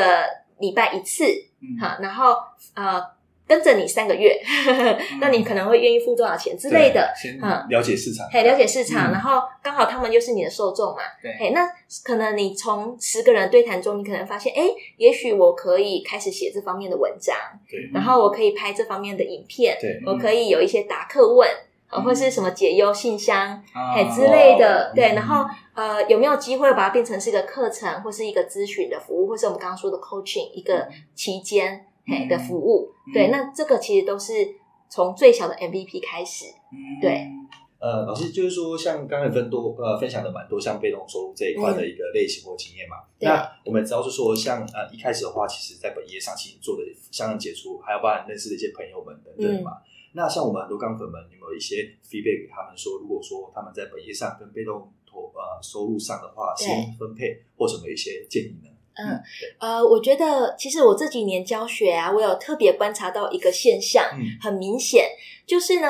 [SPEAKER 3] 礼拜一次，
[SPEAKER 1] 嗯
[SPEAKER 3] 哈、然后呃跟着你三个月， 那
[SPEAKER 1] 嗯
[SPEAKER 3] 你可能会愿意付多少钱之类的。
[SPEAKER 2] 对，先
[SPEAKER 3] 嗯
[SPEAKER 2] 了解市场，
[SPEAKER 3] 嘿，了解市场，
[SPEAKER 1] 嗯
[SPEAKER 3] 然后刚好他们又是你的受众嘛，
[SPEAKER 1] 对
[SPEAKER 3] 嘿，那可能你从十个人对谈中，你可能发现，哎，也许我可以开始写这方面的文章，
[SPEAKER 2] 对
[SPEAKER 1] 嗯
[SPEAKER 3] 然后我可以拍这方面的影片，
[SPEAKER 2] 对
[SPEAKER 3] 我可以有一些答客问，啊，或
[SPEAKER 1] 嗯
[SPEAKER 3] 是什么解忧信箱，
[SPEAKER 1] 啊
[SPEAKER 3] 哎之类的，
[SPEAKER 1] 哦
[SPEAKER 3] 对，然后
[SPEAKER 1] 嗯
[SPEAKER 3] 呃，有没有机会把它变成是一个课程，或是一个咨询的服务，或是我们刚刚说的 coaching 一个期间哎的服务？对，
[SPEAKER 1] 嗯
[SPEAKER 3] 那这个其实都是从最小的 MVP 开始。
[SPEAKER 1] 嗯
[SPEAKER 3] 对，
[SPEAKER 2] 呃，老师就是说，像刚才分多呃分享的蛮多，像被动收入这一块的一个类型或经验嘛。
[SPEAKER 3] 嗯对
[SPEAKER 2] 那我们知道是说，像呃一开始的话，其实在本业上其实做的相当杰出，还有包含认识的一些朋友们等等
[SPEAKER 3] 嗯
[SPEAKER 2] 嘛。那像我们很多钢粉们，有没有一些 feedback 给他们说，如果说他们在本业上跟被动投呃收入上的话，
[SPEAKER 3] 对
[SPEAKER 2] 先分配或者有没有一些建议呢？
[SPEAKER 3] 呃，我觉得其实我这几年教学啊，我有特别观察到一个现象，
[SPEAKER 2] 嗯
[SPEAKER 3] 很明显，就是呢，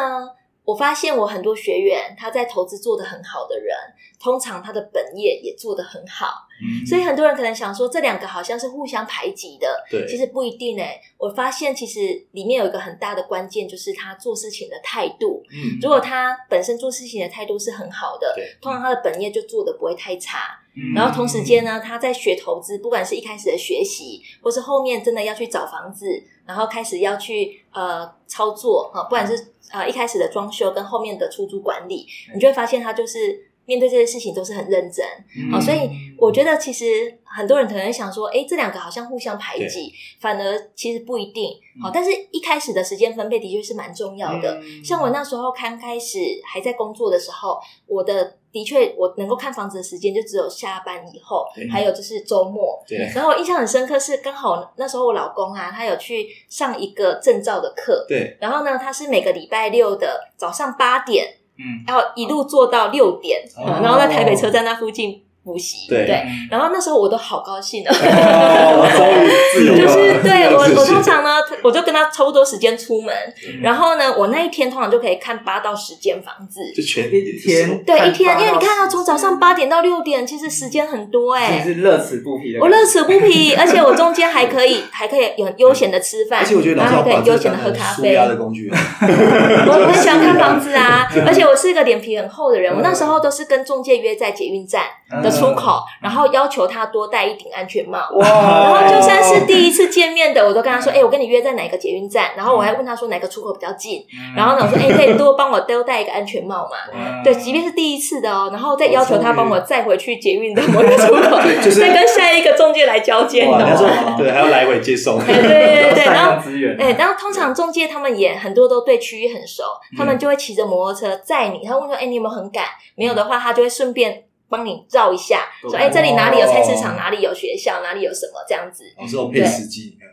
[SPEAKER 3] 我发现我很多学员他在投资做得很好的人，通常他的本业也做得很好，
[SPEAKER 2] 嗯
[SPEAKER 3] 所以很多人可能想说这两个好像是互相排挤的，
[SPEAKER 2] 对，
[SPEAKER 3] 其实不一定诶、欸我发现其实里面有一个很大的关键，就是他做事情的态度。
[SPEAKER 2] 嗯
[SPEAKER 3] 如果他本身做事情的态度是很好的
[SPEAKER 2] 对，
[SPEAKER 3] 通常他的本业就做的不会太差。
[SPEAKER 1] 嗯
[SPEAKER 3] 然后同时间呢，他在学投资，不管是一开始的学习，或是后面真的要去找房子，然后开始要去呃操作哈、不管是呃一开始的装修跟后面的出租管理，你就会发现他就是面对这些事情都是很认真，
[SPEAKER 1] 嗯
[SPEAKER 2] 嗯
[SPEAKER 3] 好、哦所以我觉得其实很多人可能会想说，哎，这两个好像互相排挤，反而其实不一定。
[SPEAKER 2] 嗯
[SPEAKER 3] 好、但是一开始的时间分配的确是蛮重要的。像我那时候刚开始还在工作的时候，我的的确我能够看房子的时间就只有下班以后
[SPEAKER 2] 对，
[SPEAKER 3] 还有就是周末。
[SPEAKER 2] 对
[SPEAKER 3] 然后我印象很深刻是，刚好那时候我老公啊，他有去上一个证照的课，
[SPEAKER 2] 对
[SPEAKER 3] 然后呢，他是每个礼拜六的早上八点
[SPEAKER 1] 嗯
[SPEAKER 3] 然后一路做到六点，
[SPEAKER 2] 哦
[SPEAKER 3] 然后在台北车站那附近补习。
[SPEAKER 2] 对
[SPEAKER 1] 嗯
[SPEAKER 3] 然后那时候我都好 高兴哦，
[SPEAKER 2] 哦终于自由了，
[SPEAKER 3] 就 是对我
[SPEAKER 2] 自由
[SPEAKER 3] 我
[SPEAKER 2] 自信
[SPEAKER 3] 通常呢，我就跟他差不多时间出门，
[SPEAKER 1] 嗯
[SPEAKER 3] 然后呢，我那一天通常就可以看八到十间房子。
[SPEAKER 2] 就全
[SPEAKER 1] 一天
[SPEAKER 3] 对，一天，因为你看
[SPEAKER 1] 到
[SPEAKER 3] 啊，从早上八点到六点，其实时间很多哎、
[SPEAKER 1] 真是乐此不疲的，
[SPEAKER 3] 我乐此不疲，而且我中间还可以还可以有悠闲的吃饭，
[SPEAKER 2] 而且我觉得
[SPEAKER 3] 然
[SPEAKER 2] 老师
[SPEAKER 3] 后还
[SPEAKER 2] 要
[SPEAKER 3] 可以
[SPEAKER 2] 把
[SPEAKER 3] 悠
[SPEAKER 2] 这
[SPEAKER 3] 闲
[SPEAKER 2] 当
[SPEAKER 3] 的喝
[SPEAKER 2] 成
[SPEAKER 3] 咖
[SPEAKER 2] 舒
[SPEAKER 3] 啡，
[SPEAKER 2] 压的工具 啊，
[SPEAKER 3] 我 我很喜欢
[SPEAKER 2] 嗯
[SPEAKER 3] 看房子啊，而且我是一个脸皮很厚的人，我那时候都是跟中介约在捷运站的出口，然后要求他多戴一顶安全帽。然
[SPEAKER 1] 哇
[SPEAKER 3] 后就算
[SPEAKER 1] 哦
[SPEAKER 3] 是第一次见面的，我都跟他说，哎、我跟你约在哪个捷运站，然后我还问他说哪个出口比较近，
[SPEAKER 2] 嗯
[SPEAKER 3] 然后呢，我说，哎、可以多帮我多戴一个安全帽嘛？
[SPEAKER 1] 嗯
[SPEAKER 3] 对，即便是第一次的哦，然后再要求他帮我
[SPEAKER 2] 哦
[SPEAKER 3] 再回去捷运的某个 出口，
[SPEAKER 2] 就是
[SPEAKER 3] 再跟下一个中介来交接，你
[SPEAKER 2] 哇，
[SPEAKER 3] 懂
[SPEAKER 2] 你要
[SPEAKER 3] 吗？
[SPEAKER 2] 说对，还要来回接送，
[SPEAKER 3] 哎对 对对对，然后
[SPEAKER 1] 后资源，
[SPEAKER 3] 哎、然后通常中介他们也很多都对区域很熟，
[SPEAKER 2] 嗯
[SPEAKER 3] 他们就会骑着摩托车载你，他会问说：“哎、你有没有很赶？”没有的
[SPEAKER 2] 嗯
[SPEAKER 3] 话，他就会顺便帮你绕一下，
[SPEAKER 1] 都
[SPEAKER 3] 说：“
[SPEAKER 1] 来
[SPEAKER 3] 哎、这里哪里有菜市
[SPEAKER 2] 哦
[SPEAKER 3] 场，哪里有学校，哪里有什么这样子。
[SPEAKER 2] 我是我配司机，你看，”嗯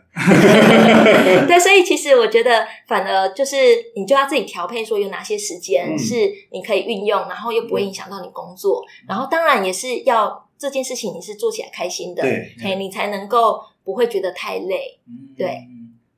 [SPEAKER 3] 对，所以其实我觉得，反而就是你就要自己调配，说有哪些时间
[SPEAKER 2] 嗯
[SPEAKER 3] 是你可以运用，然后又不会影响到你工作，然后当然也是要这件事情你是做起来开心的，
[SPEAKER 2] 对，
[SPEAKER 3] 哎、你才能够不会觉得太累。
[SPEAKER 1] 嗯
[SPEAKER 3] 对。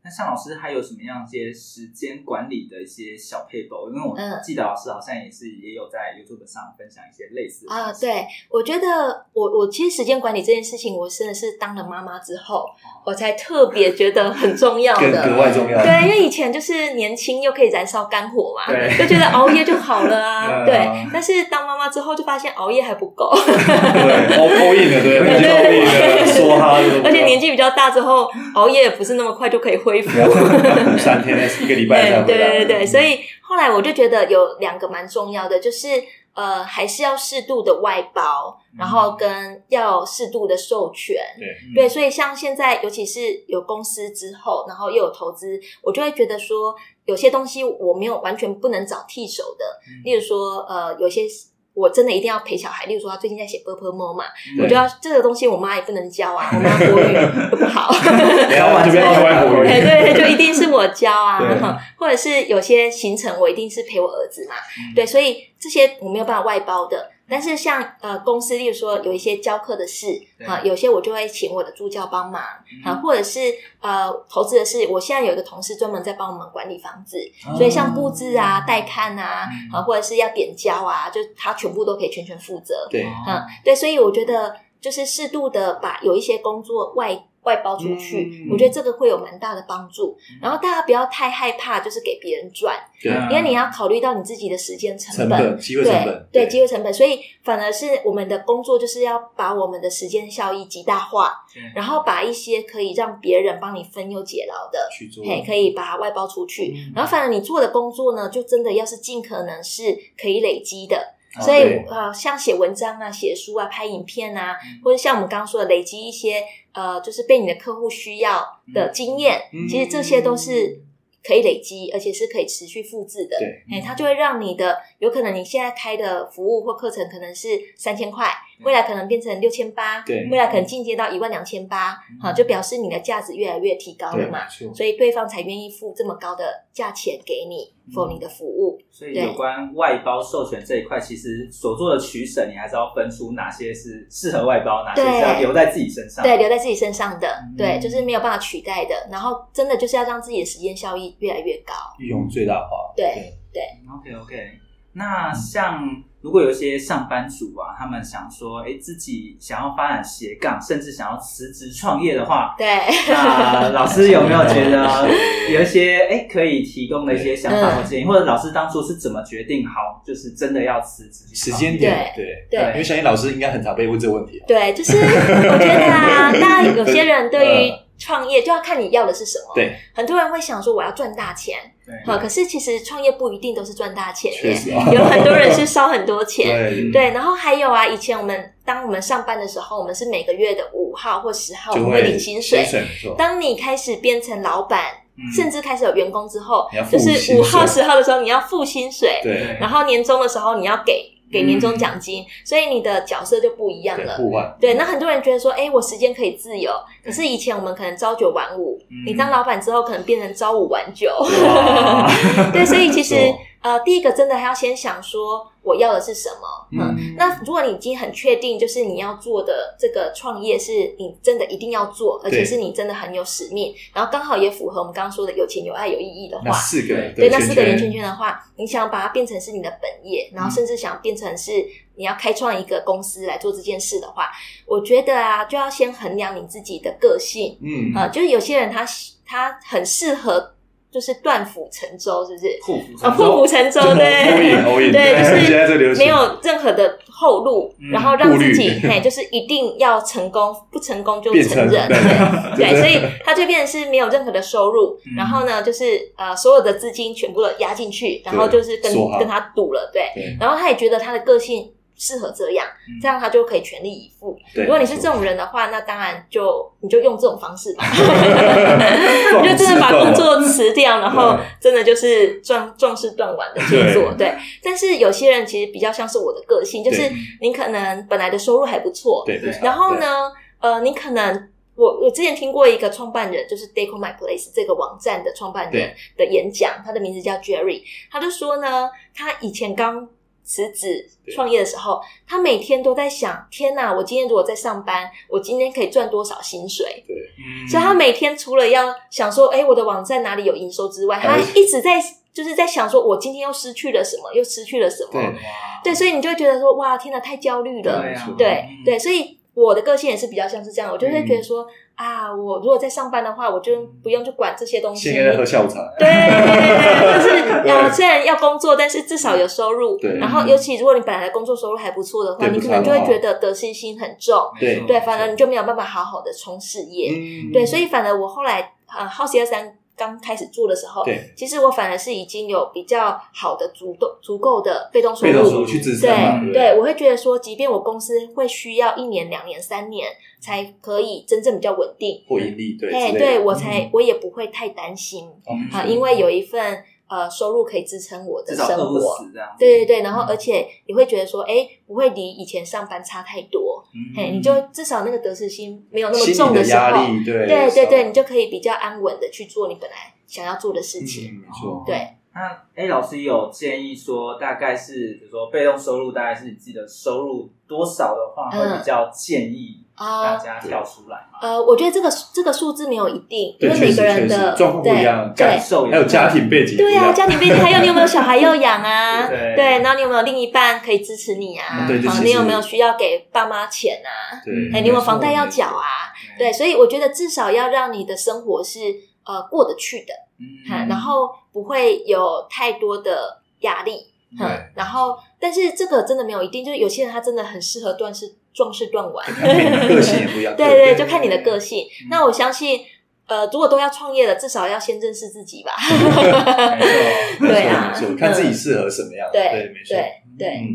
[SPEAKER 1] 那向老师还有什么样一些时间管理的一些小配博？因为我
[SPEAKER 3] 嗯
[SPEAKER 1] 记得老师好像也是也有在 YouTube 上分享一些类似的
[SPEAKER 3] 啊，对，我觉得我我其实时间管理这件事情，我真的是当了妈妈之后，我才特别觉得很重要
[SPEAKER 2] 哦更格
[SPEAKER 3] 的。
[SPEAKER 2] 外重要。
[SPEAKER 3] 对，因为以前就是年轻又可以燃烧肝火嘛，
[SPEAKER 1] 对
[SPEAKER 3] 就觉得熬夜就好了啊。
[SPEAKER 2] 对
[SPEAKER 3] 对
[SPEAKER 2] 啊，
[SPEAKER 3] 但是当妈妈之后就发现熬夜还不够，
[SPEAKER 2] 对，all all in 了，对，
[SPEAKER 1] 对
[SPEAKER 2] 就 all in 了，说哈，
[SPEAKER 3] 而且年纪比较大之后，熬夜也不是那么快就可以恢复。
[SPEAKER 2] 纪三天，一个礼拜嗯才
[SPEAKER 3] 对
[SPEAKER 2] 回来，
[SPEAKER 3] 对对对，所以后来我就觉得有两个蛮重要的，就是呃，还是要适度的外包，
[SPEAKER 2] 嗯
[SPEAKER 3] 然后跟要适度的授权。
[SPEAKER 1] 嗯
[SPEAKER 2] 对
[SPEAKER 3] 对，所以像现在，尤其是有公司之后，然后又有投资，我就会觉得说，有些东西我没有完全不能找替手的，
[SPEAKER 1] 嗯
[SPEAKER 3] 例如说，呃，有些是我真的一定要陪小孩，例如说他最近在写 purple mo 嘛，我就要这个东西我妈也不能教啊，我妈国语又不好，
[SPEAKER 2] 不要 完全不要外国
[SPEAKER 3] 哎，
[SPEAKER 2] 人，
[SPEAKER 3] 对，就一定是我教啊
[SPEAKER 2] 对，
[SPEAKER 3] 哈或者是有些行程我一定是陪我儿子嘛，
[SPEAKER 1] 嗯
[SPEAKER 3] 对，所以这些我没有办法外包的。但是像呃公司，例如说有一些教课的事
[SPEAKER 1] 对
[SPEAKER 3] 啊、有些我就会请我的助教帮忙啊、
[SPEAKER 1] 嗯
[SPEAKER 2] 嗯
[SPEAKER 3] 或者是呃投资的事，我现在有一个同事专门在帮我们管理房子，
[SPEAKER 1] 嗯
[SPEAKER 3] 所以像布置啊、
[SPEAKER 2] 哦
[SPEAKER 3] 带看啊，
[SPEAKER 2] 嗯
[SPEAKER 3] 啊、或者是要点交啊，就他全部都可以全权负责。
[SPEAKER 2] 对
[SPEAKER 3] 嗯，对，所以我觉得就是适度的把有一些工作外外包出去，
[SPEAKER 2] 嗯
[SPEAKER 3] 我觉得这个会有蛮大的帮助。然后大家不要太害怕，就是给别人赚，
[SPEAKER 2] 对，
[SPEAKER 3] 因为你要考虑到你自己的时间
[SPEAKER 2] 嗯成本、机会
[SPEAKER 3] 嗯对
[SPEAKER 2] 成本，
[SPEAKER 3] 对机会成本，所以反而是我们的工作就是要把我们的时间效益极大化
[SPEAKER 1] 对，
[SPEAKER 3] 然后把一些可以让别人帮你分忧解劳的，
[SPEAKER 2] 去做，嗯
[SPEAKER 3] 嘿，可以把它外包出去。然后，反而你做的工作呢，就真的要是尽可能是可以累积的。所以
[SPEAKER 2] 啊对，嗯
[SPEAKER 3] 呃，像写文章啊、写书啊、拍影片啊，或者像我们刚刚说的，累积一些呃，就是被你的客户需要的经验，
[SPEAKER 2] 嗯
[SPEAKER 3] 其实这些都是可以累积，而且是可以持续复制的。
[SPEAKER 2] 对，
[SPEAKER 3] 哎，它就会让你的有可能你现在开的服务或课程可能是三千块，未来可能变成六千八，
[SPEAKER 2] 嗯对嗯
[SPEAKER 3] 未来可能进阶到一万两千八，好，就表示你的价值越来越提高
[SPEAKER 2] 对
[SPEAKER 3] 了嘛。
[SPEAKER 2] 错
[SPEAKER 3] 所以对方才愿意付这么高的价钱给你
[SPEAKER 2] 嗯
[SPEAKER 3] 否你的服务。
[SPEAKER 1] 所以有关外包授权这一块，其实所做的取舍，你还是要分出哪些是适合外包，哪些是要留在自己身上。
[SPEAKER 3] 对，留在自己身上的
[SPEAKER 1] 嗯，
[SPEAKER 3] 对，就是没有办法取代的。然后真的就是要让自己的时间效益越来越高。
[SPEAKER 2] 运用最大化，
[SPEAKER 3] 对，
[SPEAKER 2] 嗯
[SPEAKER 1] OK OK，那像如果有一些上班族啊，他们想说，哎，自己想要发展斜杠，甚至想要辞职创业的话，
[SPEAKER 3] 对，
[SPEAKER 1] 那老师有没有觉得有一些哎、诶可以提供的一些想法或建
[SPEAKER 2] 嗯
[SPEAKER 1] 议，或者老师当初是怎么决定好，就是真的要辞职去
[SPEAKER 2] 时
[SPEAKER 1] 创业？
[SPEAKER 2] 间点，对
[SPEAKER 3] 对
[SPEAKER 2] 因为相信老师应该很常被问这个问题，啊
[SPEAKER 3] 对，就是我觉得 啊，大家有些人对于创业就要看你要的是什么。
[SPEAKER 2] 对，
[SPEAKER 3] 很多人会想说我要赚大钱，
[SPEAKER 1] 对
[SPEAKER 3] 好，可是其实创业不一定都是赚大钱
[SPEAKER 2] 确
[SPEAKER 3] 耶，
[SPEAKER 2] 实啊，
[SPEAKER 3] 有很多人是烧很多钱。
[SPEAKER 2] 对，
[SPEAKER 3] 对，然后还有啊，以前我们当我们上班的时候，我们是每个月的五号或十号我
[SPEAKER 2] 就
[SPEAKER 3] 们会领薪水
[SPEAKER 2] 薪。水没错，
[SPEAKER 3] 当你开始变成老板，
[SPEAKER 1] 嗯
[SPEAKER 3] 甚至开始有员工之后
[SPEAKER 2] 你要，付
[SPEAKER 3] 就是
[SPEAKER 2] 薪
[SPEAKER 3] 五号、
[SPEAKER 2] 水
[SPEAKER 3] 十号的时候你要付薪水，
[SPEAKER 2] 对，
[SPEAKER 3] 然后年终的时候你要给给年终
[SPEAKER 1] 嗯
[SPEAKER 3] 奖金，所以你的角色就不一样
[SPEAKER 2] 对，
[SPEAKER 3] 了。
[SPEAKER 2] 互换，
[SPEAKER 3] 对，那很多人觉得说，哎，我时间可以自由，可是以前我们可能朝九晚五，
[SPEAKER 2] 嗯
[SPEAKER 3] 你当老板之后可能变成朝五晚九。
[SPEAKER 2] 哇，
[SPEAKER 3] 对，所以其实
[SPEAKER 2] 没错
[SPEAKER 3] 呃，第一个真的还要先想说我要的是什么。嗯，那如果你已经很确定，就是你要做的这个创业是你真的一定要做，而且
[SPEAKER 2] 对
[SPEAKER 3] 是你真的很有使命，然后刚好也符合我们刚刚说的有情有爱有意义的
[SPEAKER 2] 那
[SPEAKER 3] 话，
[SPEAKER 2] 四个
[SPEAKER 3] 对，那
[SPEAKER 2] 圈
[SPEAKER 3] 四个圆
[SPEAKER 2] 圈嗯
[SPEAKER 3] 圈圈的话，你想把它变成是你的本业，然后甚至想变成是你要开创一个公司来做这件事的话，我觉得啊，就要先衡量你自己的个性，啊
[SPEAKER 2] 嗯，
[SPEAKER 3] 呃，就是有些人他喜他很适合就是断斧成舟，是不是？
[SPEAKER 1] 破釜
[SPEAKER 3] 啊，
[SPEAKER 1] 沉
[SPEAKER 3] 破
[SPEAKER 1] 舟
[SPEAKER 3] 釜，沉舟，
[SPEAKER 2] 欧
[SPEAKER 3] 对
[SPEAKER 2] 影欧影，
[SPEAKER 3] 对，就
[SPEAKER 2] 现在这流
[SPEAKER 3] 是
[SPEAKER 2] 行
[SPEAKER 3] 没有任何的后路，
[SPEAKER 1] 嗯
[SPEAKER 3] 然后让自己
[SPEAKER 2] 顾虑
[SPEAKER 3] 嘿，就是一定要成功，不成功就
[SPEAKER 2] 变
[SPEAKER 3] 成
[SPEAKER 2] 成
[SPEAKER 3] 人，
[SPEAKER 2] 对
[SPEAKER 3] 对，
[SPEAKER 2] 对
[SPEAKER 3] 所以他就变成是没有任何的收入，
[SPEAKER 1] 嗯
[SPEAKER 3] 然后呢，就是呃，所有的资金全部都压进去，然后就是跟
[SPEAKER 2] 梭哈
[SPEAKER 3] 跟他赌了，对，
[SPEAKER 2] 对
[SPEAKER 3] 然后他也觉得他的个性适合这样
[SPEAKER 1] 嗯，
[SPEAKER 3] 这样他就可以全力以赴。
[SPEAKER 2] 对
[SPEAKER 3] 如果 你是这种人的话，那当然就你就用这种方式吧，
[SPEAKER 2] 撞
[SPEAKER 3] 你就真的把
[SPEAKER 2] 自撞啊
[SPEAKER 3] 工作辞掉，然后
[SPEAKER 2] 对
[SPEAKER 3] 真的就是壮壮士断腕的去做。对，但是有些人其实比较像是我的个性，就是
[SPEAKER 2] 对
[SPEAKER 3] 你可能本来的收入还不错，
[SPEAKER 2] 对，对
[SPEAKER 3] 然后？呢，呃，你可能。我我之前听过一个创办人，就是 Deco My Place 这个网站的创办人的演讲，他的名字叫 Jerry，他就说呢，他以前刚辞职
[SPEAKER 2] 对
[SPEAKER 3] 创业的时候，他每天都在想，天哪，我今天如果在上班，我今天可以赚多少薪水？
[SPEAKER 1] 嗯
[SPEAKER 3] 所以他每天除了要想说，哎、我的网站哪里有营收之外，他
[SPEAKER 2] 哎
[SPEAKER 3] 一直在就是在想说，我今天又失去了什么，又失去了什么。
[SPEAKER 2] 对
[SPEAKER 3] 对所以你就会觉得说，哇，天哪，太焦虑了。
[SPEAKER 1] 对啊，
[SPEAKER 3] 对
[SPEAKER 1] 嗯
[SPEAKER 3] 对，所以我的个性也是比较像是这样，我就会觉
[SPEAKER 2] 嗯
[SPEAKER 3] 得说，啊，我如果在上班的话，我就不用去管这些东西。
[SPEAKER 2] 现在在喝
[SPEAKER 3] 对，
[SPEAKER 2] 下午茶，
[SPEAKER 3] 就是
[SPEAKER 2] 对
[SPEAKER 3] 呃，虽然要工作，但是至少有收入。
[SPEAKER 2] 对嗯
[SPEAKER 3] 然后，尤其如果你本来的工作收入还不错的话，
[SPEAKER 2] 对
[SPEAKER 3] 你
[SPEAKER 2] 不
[SPEAKER 3] 可
[SPEAKER 2] 差
[SPEAKER 3] 能就
[SPEAKER 2] 的
[SPEAKER 3] 会
[SPEAKER 2] 话
[SPEAKER 3] 觉得得失心很重。
[SPEAKER 2] 对
[SPEAKER 1] 没错
[SPEAKER 3] 对，反而
[SPEAKER 1] 没错
[SPEAKER 3] 你就没有办法好好的冲事业。
[SPEAKER 2] 嗯
[SPEAKER 3] 对，所以反而我后来呃，好奇二三刚开始做的时候，
[SPEAKER 2] 对，
[SPEAKER 3] 其实我反而是已经有比较好的足够足够的被动收
[SPEAKER 2] 被动收
[SPEAKER 3] 入。
[SPEAKER 2] 入去支撑嘛，
[SPEAKER 3] 对
[SPEAKER 2] 不
[SPEAKER 3] 对，我会觉得说，即便我公司会需要一年、两年、三年才可以真正比较稳定，
[SPEAKER 2] 或盈利，对，之类
[SPEAKER 3] 哎，
[SPEAKER 2] 的
[SPEAKER 3] 对我才我也不会太担心
[SPEAKER 2] 嗯
[SPEAKER 3] 啊，因为有一份呃收入可以支撑我的
[SPEAKER 1] 至
[SPEAKER 3] 生
[SPEAKER 1] 少饿不
[SPEAKER 3] 活。
[SPEAKER 1] 死这样。
[SPEAKER 3] 对对对，
[SPEAKER 2] 嗯
[SPEAKER 3] 然后而且也会觉得说，哎，不会离以前上班差太多，
[SPEAKER 1] 嗯
[SPEAKER 3] 嘿，你就至少那个得失心没有那么
[SPEAKER 2] 心
[SPEAKER 3] 重
[SPEAKER 2] 理的
[SPEAKER 3] 时候，
[SPEAKER 2] 压力，对
[SPEAKER 3] 对对对，你
[SPEAKER 2] 就
[SPEAKER 3] 就可以比较安稳的去做你本来想要做的事情。
[SPEAKER 2] 嗯没错，
[SPEAKER 3] 对，
[SPEAKER 1] 哦那 A 老师也有建议说，大概是比如说被动收入，大概是你自己的收入多少的话，
[SPEAKER 3] 嗯
[SPEAKER 1] 会比较建议大
[SPEAKER 3] 啊、
[SPEAKER 1] 家跳出来嘛？
[SPEAKER 3] 呃，我觉得这个这个数字没有一定，因
[SPEAKER 2] 对
[SPEAKER 3] 为每个人
[SPEAKER 2] 确实确
[SPEAKER 3] 的
[SPEAKER 2] 实状况不一样
[SPEAKER 3] 对
[SPEAKER 1] 感
[SPEAKER 3] 对
[SPEAKER 1] 受也
[SPEAKER 2] 还有家庭背景不一
[SPEAKER 3] 对
[SPEAKER 2] 样，
[SPEAKER 3] 啊，家庭背景还有你有没有小孩要 养啊？
[SPEAKER 1] 对
[SPEAKER 3] 对，然后你有没有另一半可以支持你啊？
[SPEAKER 1] 嗯对
[SPEAKER 2] 这
[SPEAKER 3] 好
[SPEAKER 2] 其实嗯
[SPEAKER 3] 你有没有需要给爸妈钱啊？
[SPEAKER 2] 对，
[SPEAKER 3] 哎，你有没有房贷要缴啊？
[SPEAKER 2] 嗯
[SPEAKER 3] 对，，所以我觉得至少要让你的生活是呃过得去的，
[SPEAKER 1] 嗯
[SPEAKER 3] 哈、然后不会有太多的压力。
[SPEAKER 2] 对
[SPEAKER 3] 嗯，然后但是这个真的没有一定，就是有些人他真的很适合断是壮士断腕，
[SPEAKER 2] 看每个人个性也不一样，
[SPEAKER 3] 对对，就看你的个性。
[SPEAKER 1] 嗯
[SPEAKER 3] 那我相信，呃，如果都要创业了，至少要先认识自己吧。
[SPEAKER 1] 没错
[SPEAKER 2] 没错
[SPEAKER 3] 对啊
[SPEAKER 2] 没错，看自己适合什么样，
[SPEAKER 3] 对
[SPEAKER 2] 对，没错，
[SPEAKER 3] 对对，
[SPEAKER 2] 嗯，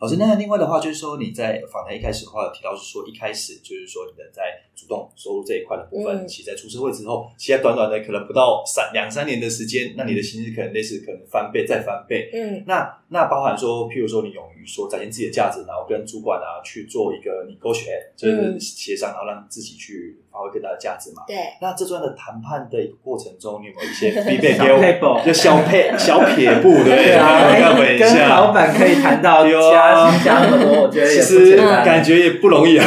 [SPEAKER 2] 老师，那另外的话就是说，你在访谈一开始的话有提到是说，一开始就是说你的在主动收入这一块的部分，
[SPEAKER 3] 嗯
[SPEAKER 2] 其实在出社会之后，其实在短短的可能不到三两三年的时间，那你的薪资可能类似可能翻倍再翻倍。
[SPEAKER 3] 嗯
[SPEAKER 2] 那那包含说，譬如说你勇于说展现自己的价值，然后跟主管啊去做一个 negotiate，就是
[SPEAKER 3] 嗯
[SPEAKER 2] 协商，然后让自己去发挥更大的价值嘛。
[SPEAKER 3] 对，
[SPEAKER 2] 那这段的谈判的一个过程中，你有没有一些 feedback
[SPEAKER 1] 小
[SPEAKER 2] 给我？就
[SPEAKER 1] table
[SPEAKER 2] 小撇小撇步，对不对啊？我要问 一
[SPEAKER 1] 跟老
[SPEAKER 2] 下，
[SPEAKER 1] 板可以谈到
[SPEAKER 2] 哎呦
[SPEAKER 1] 加薪加那么多，我觉得
[SPEAKER 2] 其
[SPEAKER 1] 也不
[SPEAKER 2] 实
[SPEAKER 1] 简单。
[SPEAKER 2] 感觉也不容易啊。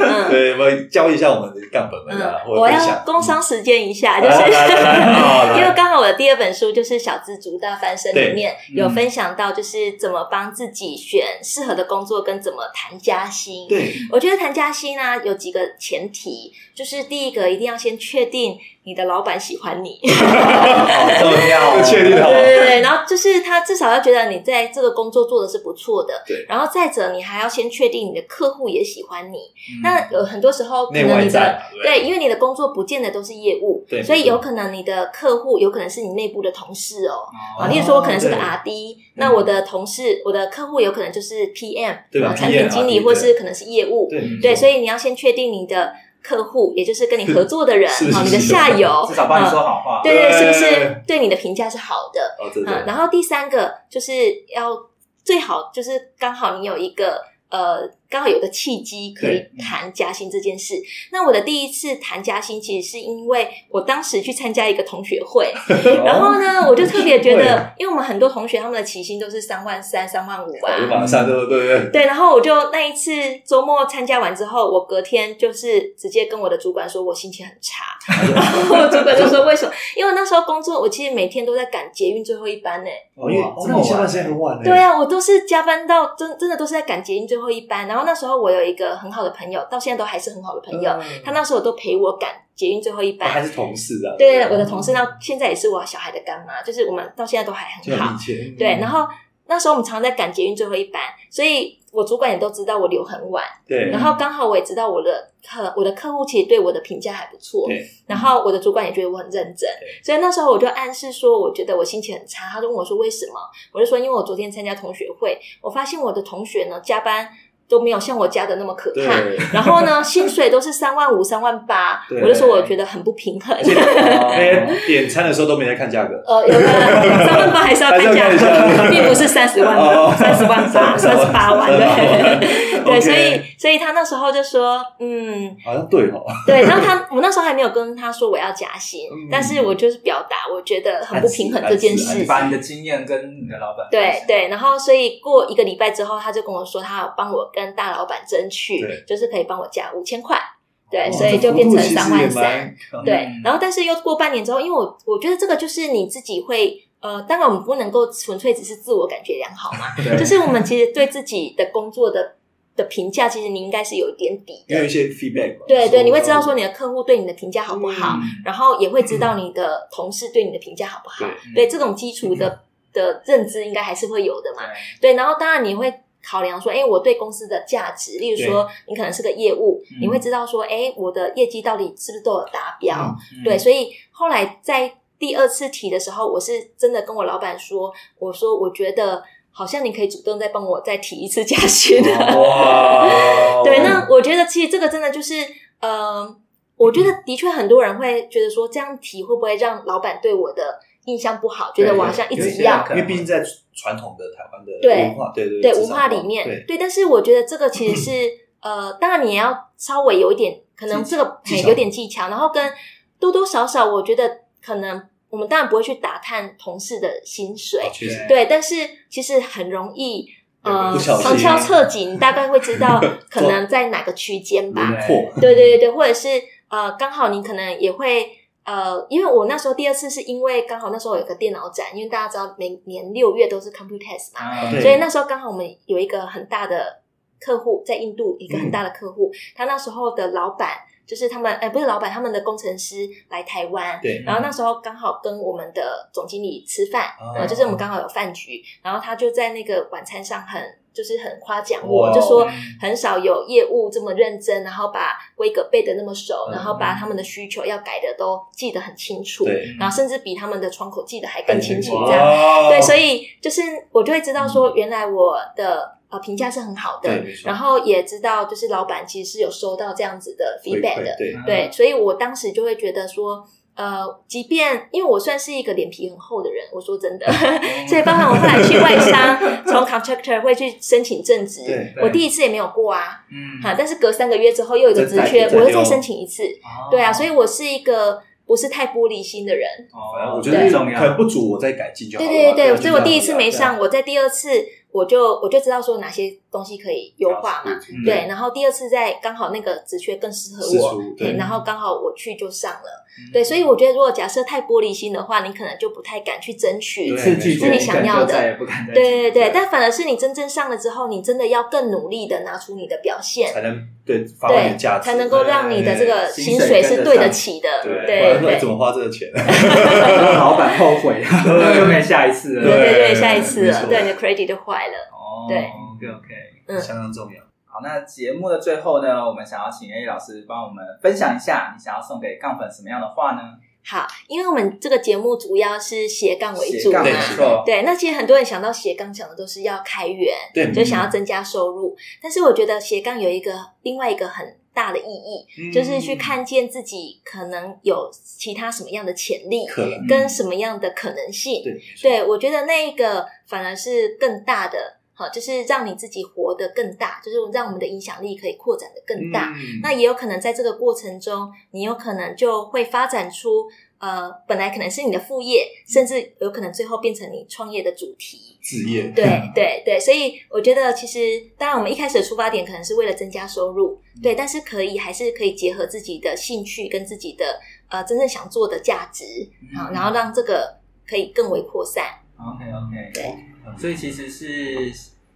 [SPEAKER 3] 嗯
[SPEAKER 2] 对，我们教一下我们的干本们啊，
[SPEAKER 3] 嗯，
[SPEAKER 2] 或
[SPEAKER 3] 我
[SPEAKER 2] 者分
[SPEAKER 3] 要
[SPEAKER 2] 享。
[SPEAKER 3] 工商时间一 下，就
[SPEAKER 2] 来来来来来好
[SPEAKER 3] 是
[SPEAKER 2] 来
[SPEAKER 3] 因为刚好我的第二本书就是《小资族大翻身》
[SPEAKER 2] 对
[SPEAKER 3] 里面
[SPEAKER 1] 嗯
[SPEAKER 3] 有分享到，就是怎么帮自己选适合的工作跟怎么谈加薪。
[SPEAKER 2] 对，
[SPEAKER 3] 我觉得谈加薪呢啊有几个前提，就是第一个一定要先确定你的老板喜欢你，哦
[SPEAKER 2] 好重
[SPEAKER 3] 啊
[SPEAKER 2] 要，啊确定好。
[SPEAKER 3] 对对对，然后就是他至少要觉得你在这个工作做的是不错的，
[SPEAKER 2] 对
[SPEAKER 3] 然后再者，你还要先确定你的客户也喜欢你。
[SPEAKER 1] 嗯
[SPEAKER 3] 那有很多时候可
[SPEAKER 2] 内
[SPEAKER 3] 能
[SPEAKER 2] 外
[SPEAKER 3] 你
[SPEAKER 2] 在
[SPEAKER 3] 的。
[SPEAKER 2] 嘛，
[SPEAKER 3] 对，因为你的工作不见得都是业务，
[SPEAKER 2] 对
[SPEAKER 3] 所以
[SPEAKER 2] 没错
[SPEAKER 3] 有可能你的客户有可能是你内部的同事哦。
[SPEAKER 1] 哦
[SPEAKER 3] 啊，例如说，我可能是个
[SPEAKER 2] 对嗯
[SPEAKER 3] R D，那我的同事、我的客户有可能就是 P M，
[SPEAKER 2] 啊对吧
[SPEAKER 3] 产
[SPEAKER 2] PM
[SPEAKER 3] 品经理
[SPEAKER 2] RD
[SPEAKER 3] 或是可能是业务，
[SPEAKER 2] 对对
[SPEAKER 3] 对，所以你要先确定你的客户，也就是跟你合作的人，
[SPEAKER 2] 是是
[SPEAKER 3] 好，你的
[SPEAKER 2] 是
[SPEAKER 3] 下游，
[SPEAKER 1] 至少帮你
[SPEAKER 3] 嗯
[SPEAKER 1] 说好话。
[SPEAKER 3] 对对，是不是
[SPEAKER 2] 对
[SPEAKER 3] 对你的评价是好的？
[SPEAKER 2] 哦，真
[SPEAKER 3] 嗯，
[SPEAKER 2] 的，
[SPEAKER 3] 然后第三个就是要最好就是刚好你有一个呃，刚好有个契机可以
[SPEAKER 2] 对
[SPEAKER 3] 谈加薪这件事。那我的第一次谈加薪，其实是因为我当时去参加一个同学会，
[SPEAKER 1] 哦
[SPEAKER 2] 啊
[SPEAKER 3] 然后呢，我就特别觉得，因为我们很多同学他们的起薪都是三万三、三万五
[SPEAKER 2] 我就
[SPEAKER 3] 啊。
[SPEAKER 2] 马上对对 对
[SPEAKER 3] 对，然后我就那一次周末参加完之后，我隔天就是直接跟我的主管说，我心情很差。 我主管就说为什么？因为那时候工作，我其实每天都在赶捷运最后一班呢、啊
[SPEAKER 2] 哦，因为
[SPEAKER 1] 哇
[SPEAKER 2] 真的下班时间很晚呢。
[SPEAKER 3] 对啊，我都是加班到真真的都是在赶捷运最后一班，然后后那时候我有一个很好的朋友，到现在都还是很好的朋友，
[SPEAKER 2] 嗯
[SPEAKER 3] 他那时候都陪我赶捷运最后一
[SPEAKER 2] 哦还
[SPEAKER 3] 班。
[SPEAKER 2] 是同事啊，
[SPEAKER 3] 对，我的同事到现在也是我小孩的干妈，就是我们到现在都还
[SPEAKER 2] 就
[SPEAKER 3] 很好
[SPEAKER 2] 很密。切，
[SPEAKER 3] 对，然后那时候我们常常在赶捷运最后一班，所以我主管也都知道我留很晚，
[SPEAKER 2] 对，
[SPEAKER 3] 然后刚好我也知道我的客我的客户其实对我的评价还不错
[SPEAKER 2] 对，
[SPEAKER 3] 然后我的主管也觉得我很认真，
[SPEAKER 2] 对
[SPEAKER 3] 所以那时候我就暗示说我觉得我心情很差，他就问我说为什么，我就说因为我昨天参加同学会，我发现我的同学呢加班。都没有像我加的那么可怕，
[SPEAKER 2] 对，
[SPEAKER 3] 然后呢，薪水都是三万五、三万八，
[SPEAKER 2] 对
[SPEAKER 3] 我就说我觉得很不平衡。
[SPEAKER 1] 哦
[SPEAKER 2] 那些哎点餐的时候都没在看价格，
[SPEAKER 3] 呃，有的三万八还是要看价
[SPEAKER 2] 还是要看一
[SPEAKER 3] 格
[SPEAKER 2] 下，
[SPEAKER 3] 并不是三十
[SPEAKER 2] 哦哦
[SPEAKER 3] 万、三十万八、三十八万，对
[SPEAKER 2] OK
[SPEAKER 3] 对，所以所以他那时候就说，嗯，
[SPEAKER 2] 好像对哦，
[SPEAKER 3] 对，然后他我那时候还没有跟他说我要加薪，但是我就是表达我觉得很不平衡这件
[SPEAKER 2] 嗯暗示暗示
[SPEAKER 3] 事
[SPEAKER 2] 暗示
[SPEAKER 1] 把你的经验跟你的老板分
[SPEAKER 3] 对
[SPEAKER 1] 享
[SPEAKER 3] 对，然后所以过一个礼拜之后，他就跟我说，他要帮我跟大老板争取
[SPEAKER 2] 对，
[SPEAKER 3] 就是可以帮我加五千块，
[SPEAKER 2] 哦
[SPEAKER 3] 对，所以就变成三
[SPEAKER 2] 这
[SPEAKER 3] 万三。，
[SPEAKER 2] 幅度其实也蛮
[SPEAKER 3] 对
[SPEAKER 1] 嗯，
[SPEAKER 3] 然后但是又过半年之后，因为我我觉得这个就是你自己会，呃，当然我们不能够纯粹只是自我感觉良好嘛，
[SPEAKER 2] 嗯
[SPEAKER 1] 对
[SPEAKER 3] 就是我们其实对自己的工作的的评价，其实你应该是有一点底
[SPEAKER 2] 因为一。
[SPEAKER 3] 的
[SPEAKER 2] 些 feedback，嘛
[SPEAKER 3] 对对，你会知道说你的客户对你的评价好不好，
[SPEAKER 1] 嗯
[SPEAKER 3] 然后也会知道你的同事对你的评价好不好。
[SPEAKER 1] 对嗯
[SPEAKER 3] 对这种基础的、的认知，应该还是会有的嘛。
[SPEAKER 1] 对
[SPEAKER 3] 对，然后当然你会考量说，哎，我对公司的价值，例如说你可能是个业务，
[SPEAKER 1] 嗯
[SPEAKER 3] 你会知道说，哎，我的业绩到底是不是都有达标？
[SPEAKER 2] 嗯
[SPEAKER 1] 嗯
[SPEAKER 3] 对，所以后来在第二次提的时候，我是真的跟我老板说，我说我觉得好像你可以主动再帮我再提一次加薪。，
[SPEAKER 2] 哇哦
[SPEAKER 3] 对，那我觉得其实这个真的就是，呃，我觉得的确很多人会觉得说这样提会不会让老板对我的印象不好，觉得我好像一
[SPEAKER 1] 有
[SPEAKER 3] 直
[SPEAKER 1] 些
[SPEAKER 3] 要
[SPEAKER 1] 人可
[SPEAKER 2] 因
[SPEAKER 1] 能
[SPEAKER 2] 为毕竟在传统的台湾的
[SPEAKER 3] 对
[SPEAKER 2] 文化，对对
[SPEAKER 3] 对
[SPEAKER 2] 职
[SPEAKER 3] 文
[SPEAKER 2] 场
[SPEAKER 3] 化里面，
[SPEAKER 2] 对
[SPEAKER 3] 但是我觉得这个其实是呃，当然你也要稍微有一点，可能
[SPEAKER 2] 技
[SPEAKER 3] 这个
[SPEAKER 2] 技
[SPEAKER 3] 嘿
[SPEAKER 2] 巧
[SPEAKER 3] 有点技巧，然后跟多多少少，我觉得可能我们当然不会去打探同事的薪水，
[SPEAKER 2] 啊确实，
[SPEAKER 3] 对，但是其实很容易。呃，
[SPEAKER 2] 不小心
[SPEAKER 3] 旁敲侧击，你大概会知 道可能在哪个区间吧。
[SPEAKER 2] 轮廓
[SPEAKER 3] 对对对对，或者是呃，刚好你可能也会呃，因为我那时候第二次是因为刚好那时候有个电脑展，因为大家知道每年六月都是 Computex 嘛，
[SPEAKER 1] 啊
[SPEAKER 2] 对
[SPEAKER 3] 所以那时候刚好我们有一个很大的客户在印度，一个很大的客户，他那时候的老板就是他们，哎、不是老板，他们的工程师来台湾。
[SPEAKER 2] 对，
[SPEAKER 3] 然后那时候刚好跟我们的总经理吃饭，
[SPEAKER 2] 哦
[SPEAKER 3] 然后就是我们刚好有饭局，然后他就在那个晚餐上很就是很夸奖
[SPEAKER 2] 哇
[SPEAKER 3] 我，
[SPEAKER 2] 哦
[SPEAKER 3] 就说很少有业务这么认真，然后把规格背的那么熟，
[SPEAKER 2] 嗯
[SPEAKER 3] 然后把他们的需求要改的都记得很清楚，
[SPEAKER 2] 对，哎哦
[SPEAKER 3] 然后甚至比他们的窗口记得还更清楚
[SPEAKER 1] 哇
[SPEAKER 3] 这样。
[SPEAKER 2] 样
[SPEAKER 3] 对，所以就是我就会知道说，原来我的呃评价是很
[SPEAKER 2] 嗯
[SPEAKER 3] 好
[SPEAKER 2] 对
[SPEAKER 3] 的
[SPEAKER 2] 没，错
[SPEAKER 3] 然后也知道就是老板其实是有收到这样子的
[SPEAKER 2] 回
[SPEAKER 3] feedback
[SPEAKER 2] 馈
[SPEAKER 3] 的，
[SPEAKER 1] 嗯
[SPEAKER 2] 对
[SPEAKER 3] 对，所以我当时就会觉得说。呃，即便因为我算是一个脸皮很厚的人，我说真的，
[SPEAKER 1] 哦
[SPEAKER 3] 所以包含我后来去外商，从 contractor 会去申请正职
[SPEAKER 2] 对，
[SPEAKER 1] 对
[SPEAKER 3] 我第一次也没有过啊，
[SPEAKER 1] 嗯
[SPEAKER 3] 哈，但是隔三个月之后又有一个
[SPEAKER 2] 再
[SPEAKER 3] 职
[SPEAKER 2] 再
[SPEAKER 3] 缺，
[SPEAKER 2] 再
[SPEAKER 3] 我又再
[SPEAKER 2] 丢
[SPEAKER 3] 申请一次，
[SPEAKER 1] 哦
[SPEAKER 3] 对啊，所以我是一个不是太玻璃心的人，
[SPEAKER 1] 哦
[SPEAKER 2] 反正我觉
[SPEAKER 1] 很
[SPEAKER 2] 得
[SPEAKER 3] 对
[SPEAKER 2] 可
[SPEAKER 1] 重
[SPEAKER 2] 能
[SPEAKER 1] 要，
[SPEAKER 2] 不足，我再改进就好了嘛。
[SPEAKER 3] 对对
[SPEAKER 2] 啊
[SPEAKER 3] 对，所以我第一次没，
[SPEAKER 2] 就
[SPEAKER 3] 上，我在第二次我就我就知道说哪些东西可以优
[SPEAKER 2] 这样
[SPEAKER 3] 化嘛。
[SPEAKER 1] 嗯
[SPEAKER 3] 对，然后第二次在刚好那个职缺更适合
[SPEAKER 2] 试
[SPEAKER 3] 我
[SPEAKER 2] 出，对
[SPEAKER 3] 对，然后刚好我去就上了，
[SPEAKER 1] 嗯
[SPEAKER 3] 对，所以我觉得如果假设太玻璃心的话，你可能就不太敢去争取
[SPEAKER 1] 一
[SPEAKER 2] 对
[SPEAKER 1] 次拒绝
[SPEAKER 3] 是你
[SPEAKER 1] 可
[SPEAKER 3] 想
[SPEAKER 1] 能
[SPEAKER 3] 要
[SPEAKER 1] 就
[SPEAKER 3] 的
[SPEAKER 1] 再也不敢再
[SPEAKER 3] 对对
[SPEAKER 1] 拒绝
[SPEAKER 3] 对，但反而是你真正上了之后，你真的要更努力的拿出你的表现，
[SPEAKER 2] 才能对发挥你
[SPEAKER 3] 对
[SPEAKER 2] 的价，值，哎
[SPEAKER 3] 才能够让你的这个
[SPEAKER 1] 对
[SPEAKER 3] 薪
[SPEAKER 1] 薪水
[SPEAKER 3] 水是
[SPEAKER 1] 跟得
[SPEAKER 3] 对得
[SPEAKER 1] 上
[SPEAKER 3] 起的，
[SPEAKER 2] 对，不
[SPEAKER 3] 对
[SPEAKER 2] 然
[SPEAKER 3] 对嗯
[SPEAKER 2] 说怎么花这个钱？
[SPEAKER 1] 让老板后悔，又没下一次
[SPEAKER 3] 对
[SPEAKER 1] 了。
[SPEAKER 3] 对对，下一次
[SPEAKER 2] 没
[SPEAKER 3] 了，
[SPEAKER 2] 错
[SPEAKER 3] 对你的 credit 就坏了。
[SPEAKER 1] 哦
[SPEAKER 3] 对
[SPEAKER 1] ，OK OK。
[SPEAKER 3] 嗯
[SPEAKER 2] 相当重要。
[SPEAKER 1] 好，那节目的最后呢，我们想要请 A 老师帮我们分享一下，你想要送给杠粉什么样的话呢？
[SPEAKER 3] 好，因为我们这个节目主要是斜杠为
[SPEAKER 1] 斜
[SPEAKER 3] 主嘛，
[SPEAKER 1] 杠没
[SPEAKER 2] 对
[SPEAKER 1] 错，
[SPEAKER 3] 对，那其实很多人想到斜杠，想的都是要开源，
[SPEAKER 2] 对
[SPEAKER 3] 就想要增加收入。但是我觉得斜杠有一个另外一个很大的意义，
[SPEAKER 2] 嗯
[SPEAKER 3] 就是去看见自己可能有其他什么样的潜力，
[SPEAKER 2] 可能
[SPEAKER 3] 跟什么样的可能性。
[SPEAKER 2] 对
[SPEAKER 3] 对，我觉得那一个反而是更大的，好，就是让你自己活得更大，就是让我们的影响力可以扩展的更大。
[SPEAKER 2] 嗯
[SPEAKER 3] 那也有可能在这个过程中，你有可能就会发展出呃，本来可能是你的副业，甚至有可能最后变成你创业的主题。
[SPEAKER 2] 置业
[SPEAKER 3] 对对对，所以我觉得其实，当然我们一开始的出发点可能是为了增加收入，对，但是可以还是可以结合自己的兴趣跟自己的呃真正想做的价值，好，然后让这个可以更为扩散。
[SPEAKER 1] OK OK。
[SPEAKER 3] 对
[SPEAKER 1] 所以其实是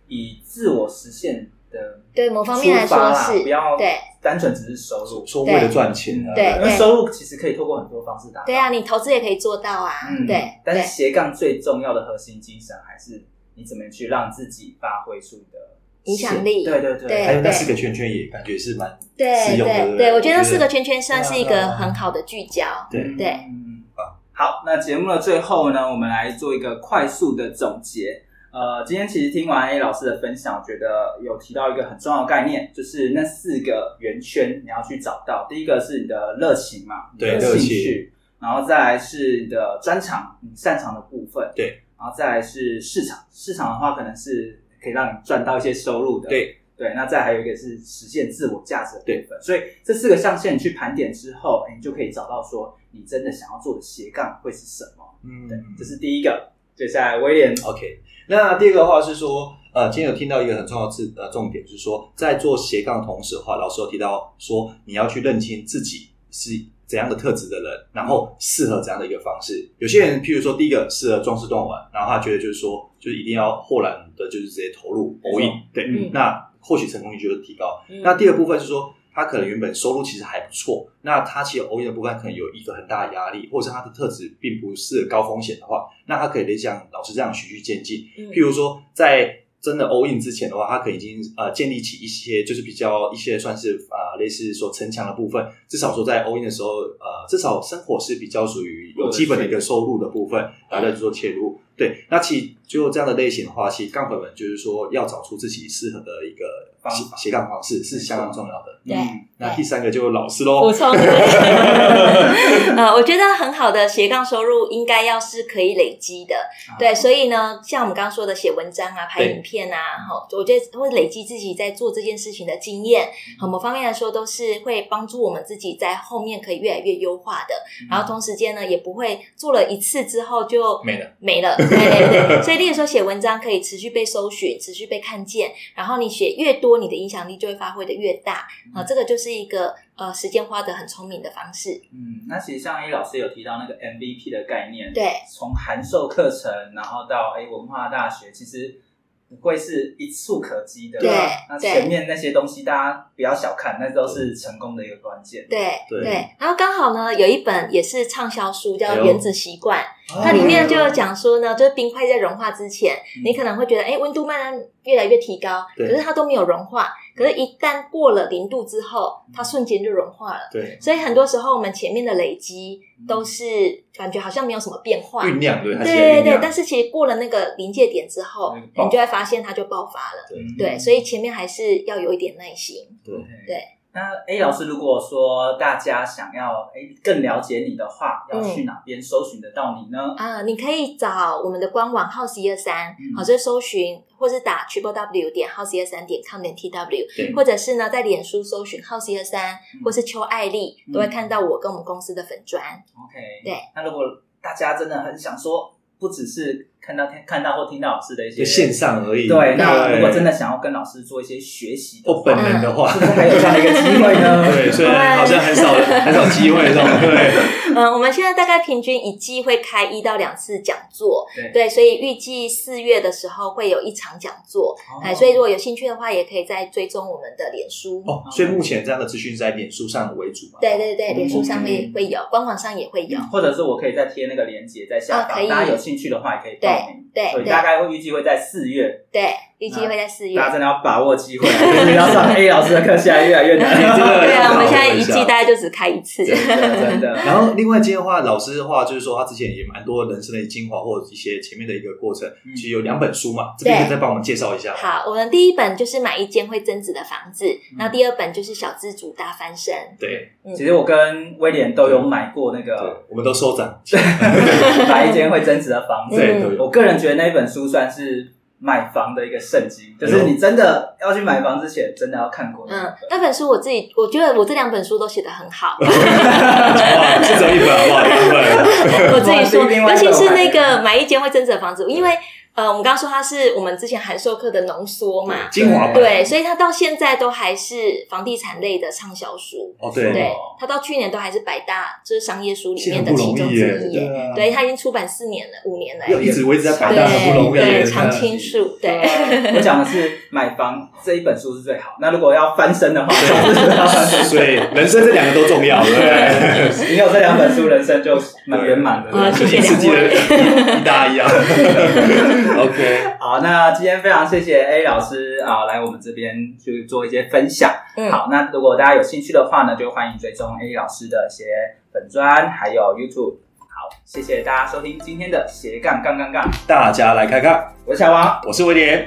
[SPEAKER 1] 以自我实现的
[SPEAKER 3] 对某方面来
[SPEAKER 1] 出发
[SPEAKER 3] 说
[SPEAKER 1] 啦
[SPEAKER 3] 是
[SPEAKER 1] 不要
[SPEAKER 3] 对啊
[SPEAKER 1] 单纯只是收入。
[SPEAKER 2] 说为了赚钱啊，
[SPEAKER 3] 对
[SPEAKER 1] 因为收入其实可以透过很多方式达到。
[SPEAKER 3] 对啊，你投资也可以做到啊，
[SPEAKER 1] 嗯，
[SPEAKER 3] 对
[SPEAKER 1] 但
[SPEAKER 3] 对
[SPEAKER 1] 是斜杠最重要的核心精神还是你怎么去让自己发挥出你的
[SPEAKER 3] 影响力
[SPEAKER 1] 对对对，
[SPEAKER 3] 对
[SPEAKER 2] 还有那四个圈圈也感觉是蛮
[SPEAKER 3] 对
[SPEAKER 2] 实用的对
[SPEAKER 3] 对
[SPEAKER 2] 不对
[SPEAKER 3] 我觉得那四个圈圈算
[SPEAKER 2] 对啊
[SPEAKER 3] 是一
[SPEAKER 2] 对啊
[SPEAKER 3] 个很好的聚焦。
[SPEAKER 2] 对
[SPEAKER 3] 对
[SPEAKER 1] 嗯，好，那节目的最后呢，我们来做一个快速的总结。呃，今天其实听完 A 老师的分享，我觉得有提到一个很重要的概念，就是那四个圆圈你要去找到。第一个是你的热情嘛，你
[SPEAKER 2] 对
[SPEAKER 1] 的
[SPEAKER 2] 热
[SPEAKER 1] 兴
[SPEAKER 2] 情
[SPEAKER 1] 趣，然后再来是你的专长，你擅长的部分，
[SPEAKER 2] 对，
[SPEAKER 1] 然后再来是市场，市场的话可能是可以让你赚到一些收入的，
[SPEAKER 2] 对
[SPEAKER 1] 对，那再还有一个是实现自我价值的
[SPEAKER 2] 对
[SPEAKER 1] 部分。所以这四个象限你去盘点之后，哎你就可以找到说你真的想要做的斜杠会是什么。
[SPEAKER 2] 嗯
[SPEAKER 1] 对，这是第一个。接下来威廉
[SPEAKER 2] OK，那第二个话是说，呃，今天有听到一个很重要的字呃重点，就是说在做斜杠的同时的话，老师有提到说你要去认清自己是怎样的特质的人，然后适合怎样的一个方式。有些人，譬如说，第一个适合壮士断腕，然后他觉得就是说，就是一定要豁然的，就是直接投入
[SPEAKER 1] 没
[SPEAKER 2] all
[SPEAKER 1] 错
[SPEAKER 2] in，对，
[SPEAKER 1] 嗯
[SPEAKER 2] 那或许成功率就会提高。
[SPEAKER 3] 嗯
[SPEAKER 2] 那第二部分是说，他可能原本收入其实还不错，那他其实 O E 的部分可能有一个很大的压力，或者是他的特质并不适合高风险的话，那他可以像老师这样循序渐进。
[SPEAKER 3] 嗯
[SPEAKER 2] 譬如说，在真的 all in 之前的话，他可能已经呃建立起一些就是比较一些算是呃类似说城墙的部分，至少说在 all in 的时候，呃至少生活是比较属于有基本的一个收入的部分，然后再去做切入。对，那其实就这样的类型的话，其实杠粉们就是说要找出自己适合的一个
[SPEAKER 1] 方
[SPEAKER 2] 斜
[SPEAKER 1] 法
[SPEAKER 2] 斜杠方式是相当重要的。哦
[SPEAKER 3] 对
[SPEAKER 1] 嗯
[SPEAKER 2] 那第三个就是老师喽
[SPEAKER 3] 补，充你们呃，我觉得很好的斜杠收入应该要是可以累积的，对，所以呢，像我们刚刚说的写文章啊、拍
[SPEAKER 2] 对
[SPEAKER 3] 影片啊，哈，我觉得会累积自己在做这件事情的经验，
[SPEAKER 2] 嗯
[SPEAKER 3] 好某方面来说都是会帮助我们自己在后面可以越来越优化的。
[SPEAKER 2] 嗯
[SPEAKER 1] 嗯
[SPEAKER 3] 然后同时间呢，也不会做了一次之后就
[SPEAKER 2] 没了。
[SPEAKER 3] 没了，对对对。所以，例如说写文章可以持续被搜寻、持续被看见，然后你写越多，你的影响力就会发挥的越大。
[SPEAKER 2] 嗯
[SPEAKER 3] 啊，这个就是一个呃时间花的很聪明的方式。
[SPEAKER 1] 嗯，那其实像 A 老师有提到那个 MVP 的概念，
[SPEAKER 3] 对，
[SPEAKER 1] 从函授课程，然后到哎文化大学，其实会是一触可及的。
[SPEAKER 3] 对
[SPEAKER 1] 那
[SPEAKER 3] 对
[SPEAKER 1] 前面那些东西大家不要小看，那都是成功的一个关键。
[SPEAKER 3] 对
[SPEAKER 2] 对
[SPEAKER 3] 然后刚好呢，有一本也是畅销书叫
[SPEAKER 2] 哎
[SPEAKER 3] 《
[SPEAKER 2] 呦
[SPEAKER 3] 原子习惯》，
[SPEAKER 1] 哦
[SPEAKER 3] 它里面就有讲说呢，就是冰块在融化之前，你可能会觉得，哎，温度慢慢越来越提高，可
[SPEAKER 2] 嗯对
[SPEAKER 3] 是它都没有融化。可是，一旦过了零度之后，它瞬间就融化了。
[SPEAKER 2] 对，
[SPEAKER 3] 所以很多时候，我们前面的累积都是感觉好像没有什么变化，
[SPEAKER 2] 酝嗯酿对，它
[SPEAKER 3] 对
[SPEAKER 2] 其实在
[SPEAKER 3] 对
[SPEAKER 2] 酝
[SPEAKER 3] 对。
[SPEAKER 2] 酿
[SPEAKER 3] 但是其实过了那个临界点之后，
[SPEAKER 1] 嗯
[SPEAKER 3] 你就会发现它就爆发了。
[SPEAKER 1] 嗯
[SPEAKER 3] 对，所以前面还是要有一点耐心。对。
[SPEAKER 1] 那 A 老师，如果说大家想要哎更了解你的话，要
[SPEAKER 3] 嗯
[SPEAKER 1] 去哪边搜寻得到你 呢？
[SPEAKER 3] 啊、你可以找我们的官网 house 一二三
[SPEAKER 1] 嗯，
[SPEAKER 3] 好，就是搜寻或是打 triple w 点 house 一二三点 com 点 t w，
[SPEAKER 2] 对
[SPEAKER 3] 或者是呢在脸书搜寻 house 一二三
[SPEAKER 1] 嗯
[SPEAKER 3] 或是邱爱丽，
[SPEAKER 1] 嗯
[SPEAKER 3] 都会看到我跟我们公司的粉砖。
[SPEAKER 1] OK，
[SPEAKER 3] 对。
[SPEAKER 1] 那如果大家真的很想说，不只是看到听看到或听到老师的一些
[SPEAKER 2] 就线，上而已。
[SPEAKER 1] 对，那
[SPEAKER 3] 对
[SPEAKER 1] 如果真的想要跟老师做一些学习的
[SPEAKER 2] 我
[SPEAKER 1] 话
[SPEAKER 2] 哦本，人的话
[SPEAKER 1] 是，不是还有这样的一个机会呢？
[SPEAKER 2] 对，虽然好像很少很少机会这种，对，
[SPEAKER 3] 嗯，我们现在大概平均一季会开一到两次讲座，
[SPEAKER 1] 对
[SPEAKER 3] 对，所以预计四月的时候会有一场讲座，
[SPEAKER 1] 哦
[SPEAKER 3] 哎、所以如果有兴趣的话，也可以再追踪我们的脸书。
[SPEAKER 2] 哦，所以目前这样的资讯是在脸书上为主嘛？
[SPEAKER 3] 对对对，
[SPEAKER 1] 嗯
[SPEAKER 3] 脸书上会、
[SPEAKER 1] OK
[SPEAKER 3] 会有，官网上也会有。
[SPEAKER 1] 哦或者是我可以再贴那个链接在下
[SPEAKER 3] 啊可
[SPEAKER 1] 方，
[SPEAKER 3] 以
[SPEAKER 1] 大家有兴趣的话也可以报名。
[SPEAKER 3] 对
[SPEAKER 1] 所
[SPEAKER 3] 对
[SPEAKER 1] 以大概会预计会在四月，
[SPEAKER 3] 对，预计会在四月。
[SPEAKER 1] 大家真的要把握机会，啊因为要上 A 老师的课现在越来越难，
[SPEAKER 2] 真的
[SPEAKER 3] 对啊，我们现在一
[SPEAKER 2] 一
[SPEAKER 3] 季大概就只开一次。
[SPEAKER 1] 真的。
[SPEAKER 2] 然后，另外今天的话，老师的话就是说，他之前也蛮多人生的精华或者一些前面的一个过程，
[SPEAKER 1] 嗯
[SPEAKER 2] 其实有两本书嘛，这边可以
[SPEAKER 3] 对
[SPEAKER 2] 再帮我们介绍一下。，
[SPEAKER 3] 好，我们第一本就是买一间会增值的房子，那第二本就是小资主大翻身。
[SPEAKER 2] 对，
[SPEAKER 1] 其实我跟威廉都有买过那
[SPEAKER 2] 对
[SPEAKER 1] 个，
[SPEAKER 2] 我们都收涨，
[SPEAKER 1] 买一间会增值的
[SPEAKER 3] 嗯
[SPEAKER 1] 房子。
[SPEAKER 2] 对，都有。
[SPEAKER 1] 我个人觉得那一本书算是买房的一个圣经，就是你真的要去买房之前，真的要看过那
[SPEAKER 3] 嗯
[SPEAKER 1] 一，本。
[SPEAKER 3] 那本书我自己，我觉得我这两本书都写得很好，
[SPEAKER 2] 哇，是只有一本，哇，两本。
[SPEAKER 3] 我自己说，
[SPEAKER 1] 另外
[SPEAKER 3] 尤
[SPEAKER 1] 一本
[SPEAKER 3] 其是那
[SPEAKER 1] 我还
[SPEAKER 3] 个买一间会增值的房子，因为呃，我们刚刚说它是我们之前函授课的浓缩嘛，
[SPEAKER 2] 精华版
[SPEAKER 3] 对，所以它到现在都还是房地产类的畅销书。
[SPEAKER 2] 哦
[SPEAKER 3] 对，
[SPEAKER 2] 对，
[SPEAKER 3] 它到去年都还是百大就是商业书里面
[SPEAKER 2] 是很
[SPEAKER 3] 的其
[SPEAKER 2] 不
[SPEAKER 3] 中
[SPEAKER 2] 容易
[SPEAKER 3] 之
[SPEAKER 2] 耶
[SPEAKER 3] 一
[SPEAKER 2] 对
[SPEAKER 3] 耶
[SPEAKER 2] 啊。
[SPEAKER 3] 对，它已经出版四年了，五年了。
[SPEAKER 2] 要一直维持在百大很不
[SPEAKER 3] 对
[SPEAKER 2] 容易耶，
[SPEAKER 3] 对，常青树，对，
[SPEAKER 1] 我讲的是买房这一本书是最好。那如果要翻身的话，就是要翻 身。
[SPEAKER 2] 所以人生这两个都重要，对不对？
[SPEAKER 1] 你有这两本书，人生就蛮圆满的。
[SPEAKER 3] 啊谢谢
[SPEAKER 2] 世界的一大一 样。OK，
[SPEAKER 1] 好，那今天非常谢谢 A 老师啊，来我们这边去做一些分享。
[SPEAKER 3] 嗯，
[SPEAKER 1] 好，那如果大家有兴趣的话呢，就欢迎追踪 A 老师的一些粉砖，还有 YouTube。好，谢谢大家收听今天的斜杠杠杠杠，
[SPEAKER 2] 大家来看看，
[SPEAKER 1] 我是小王，
[SPEAKER 2] 我是威廉，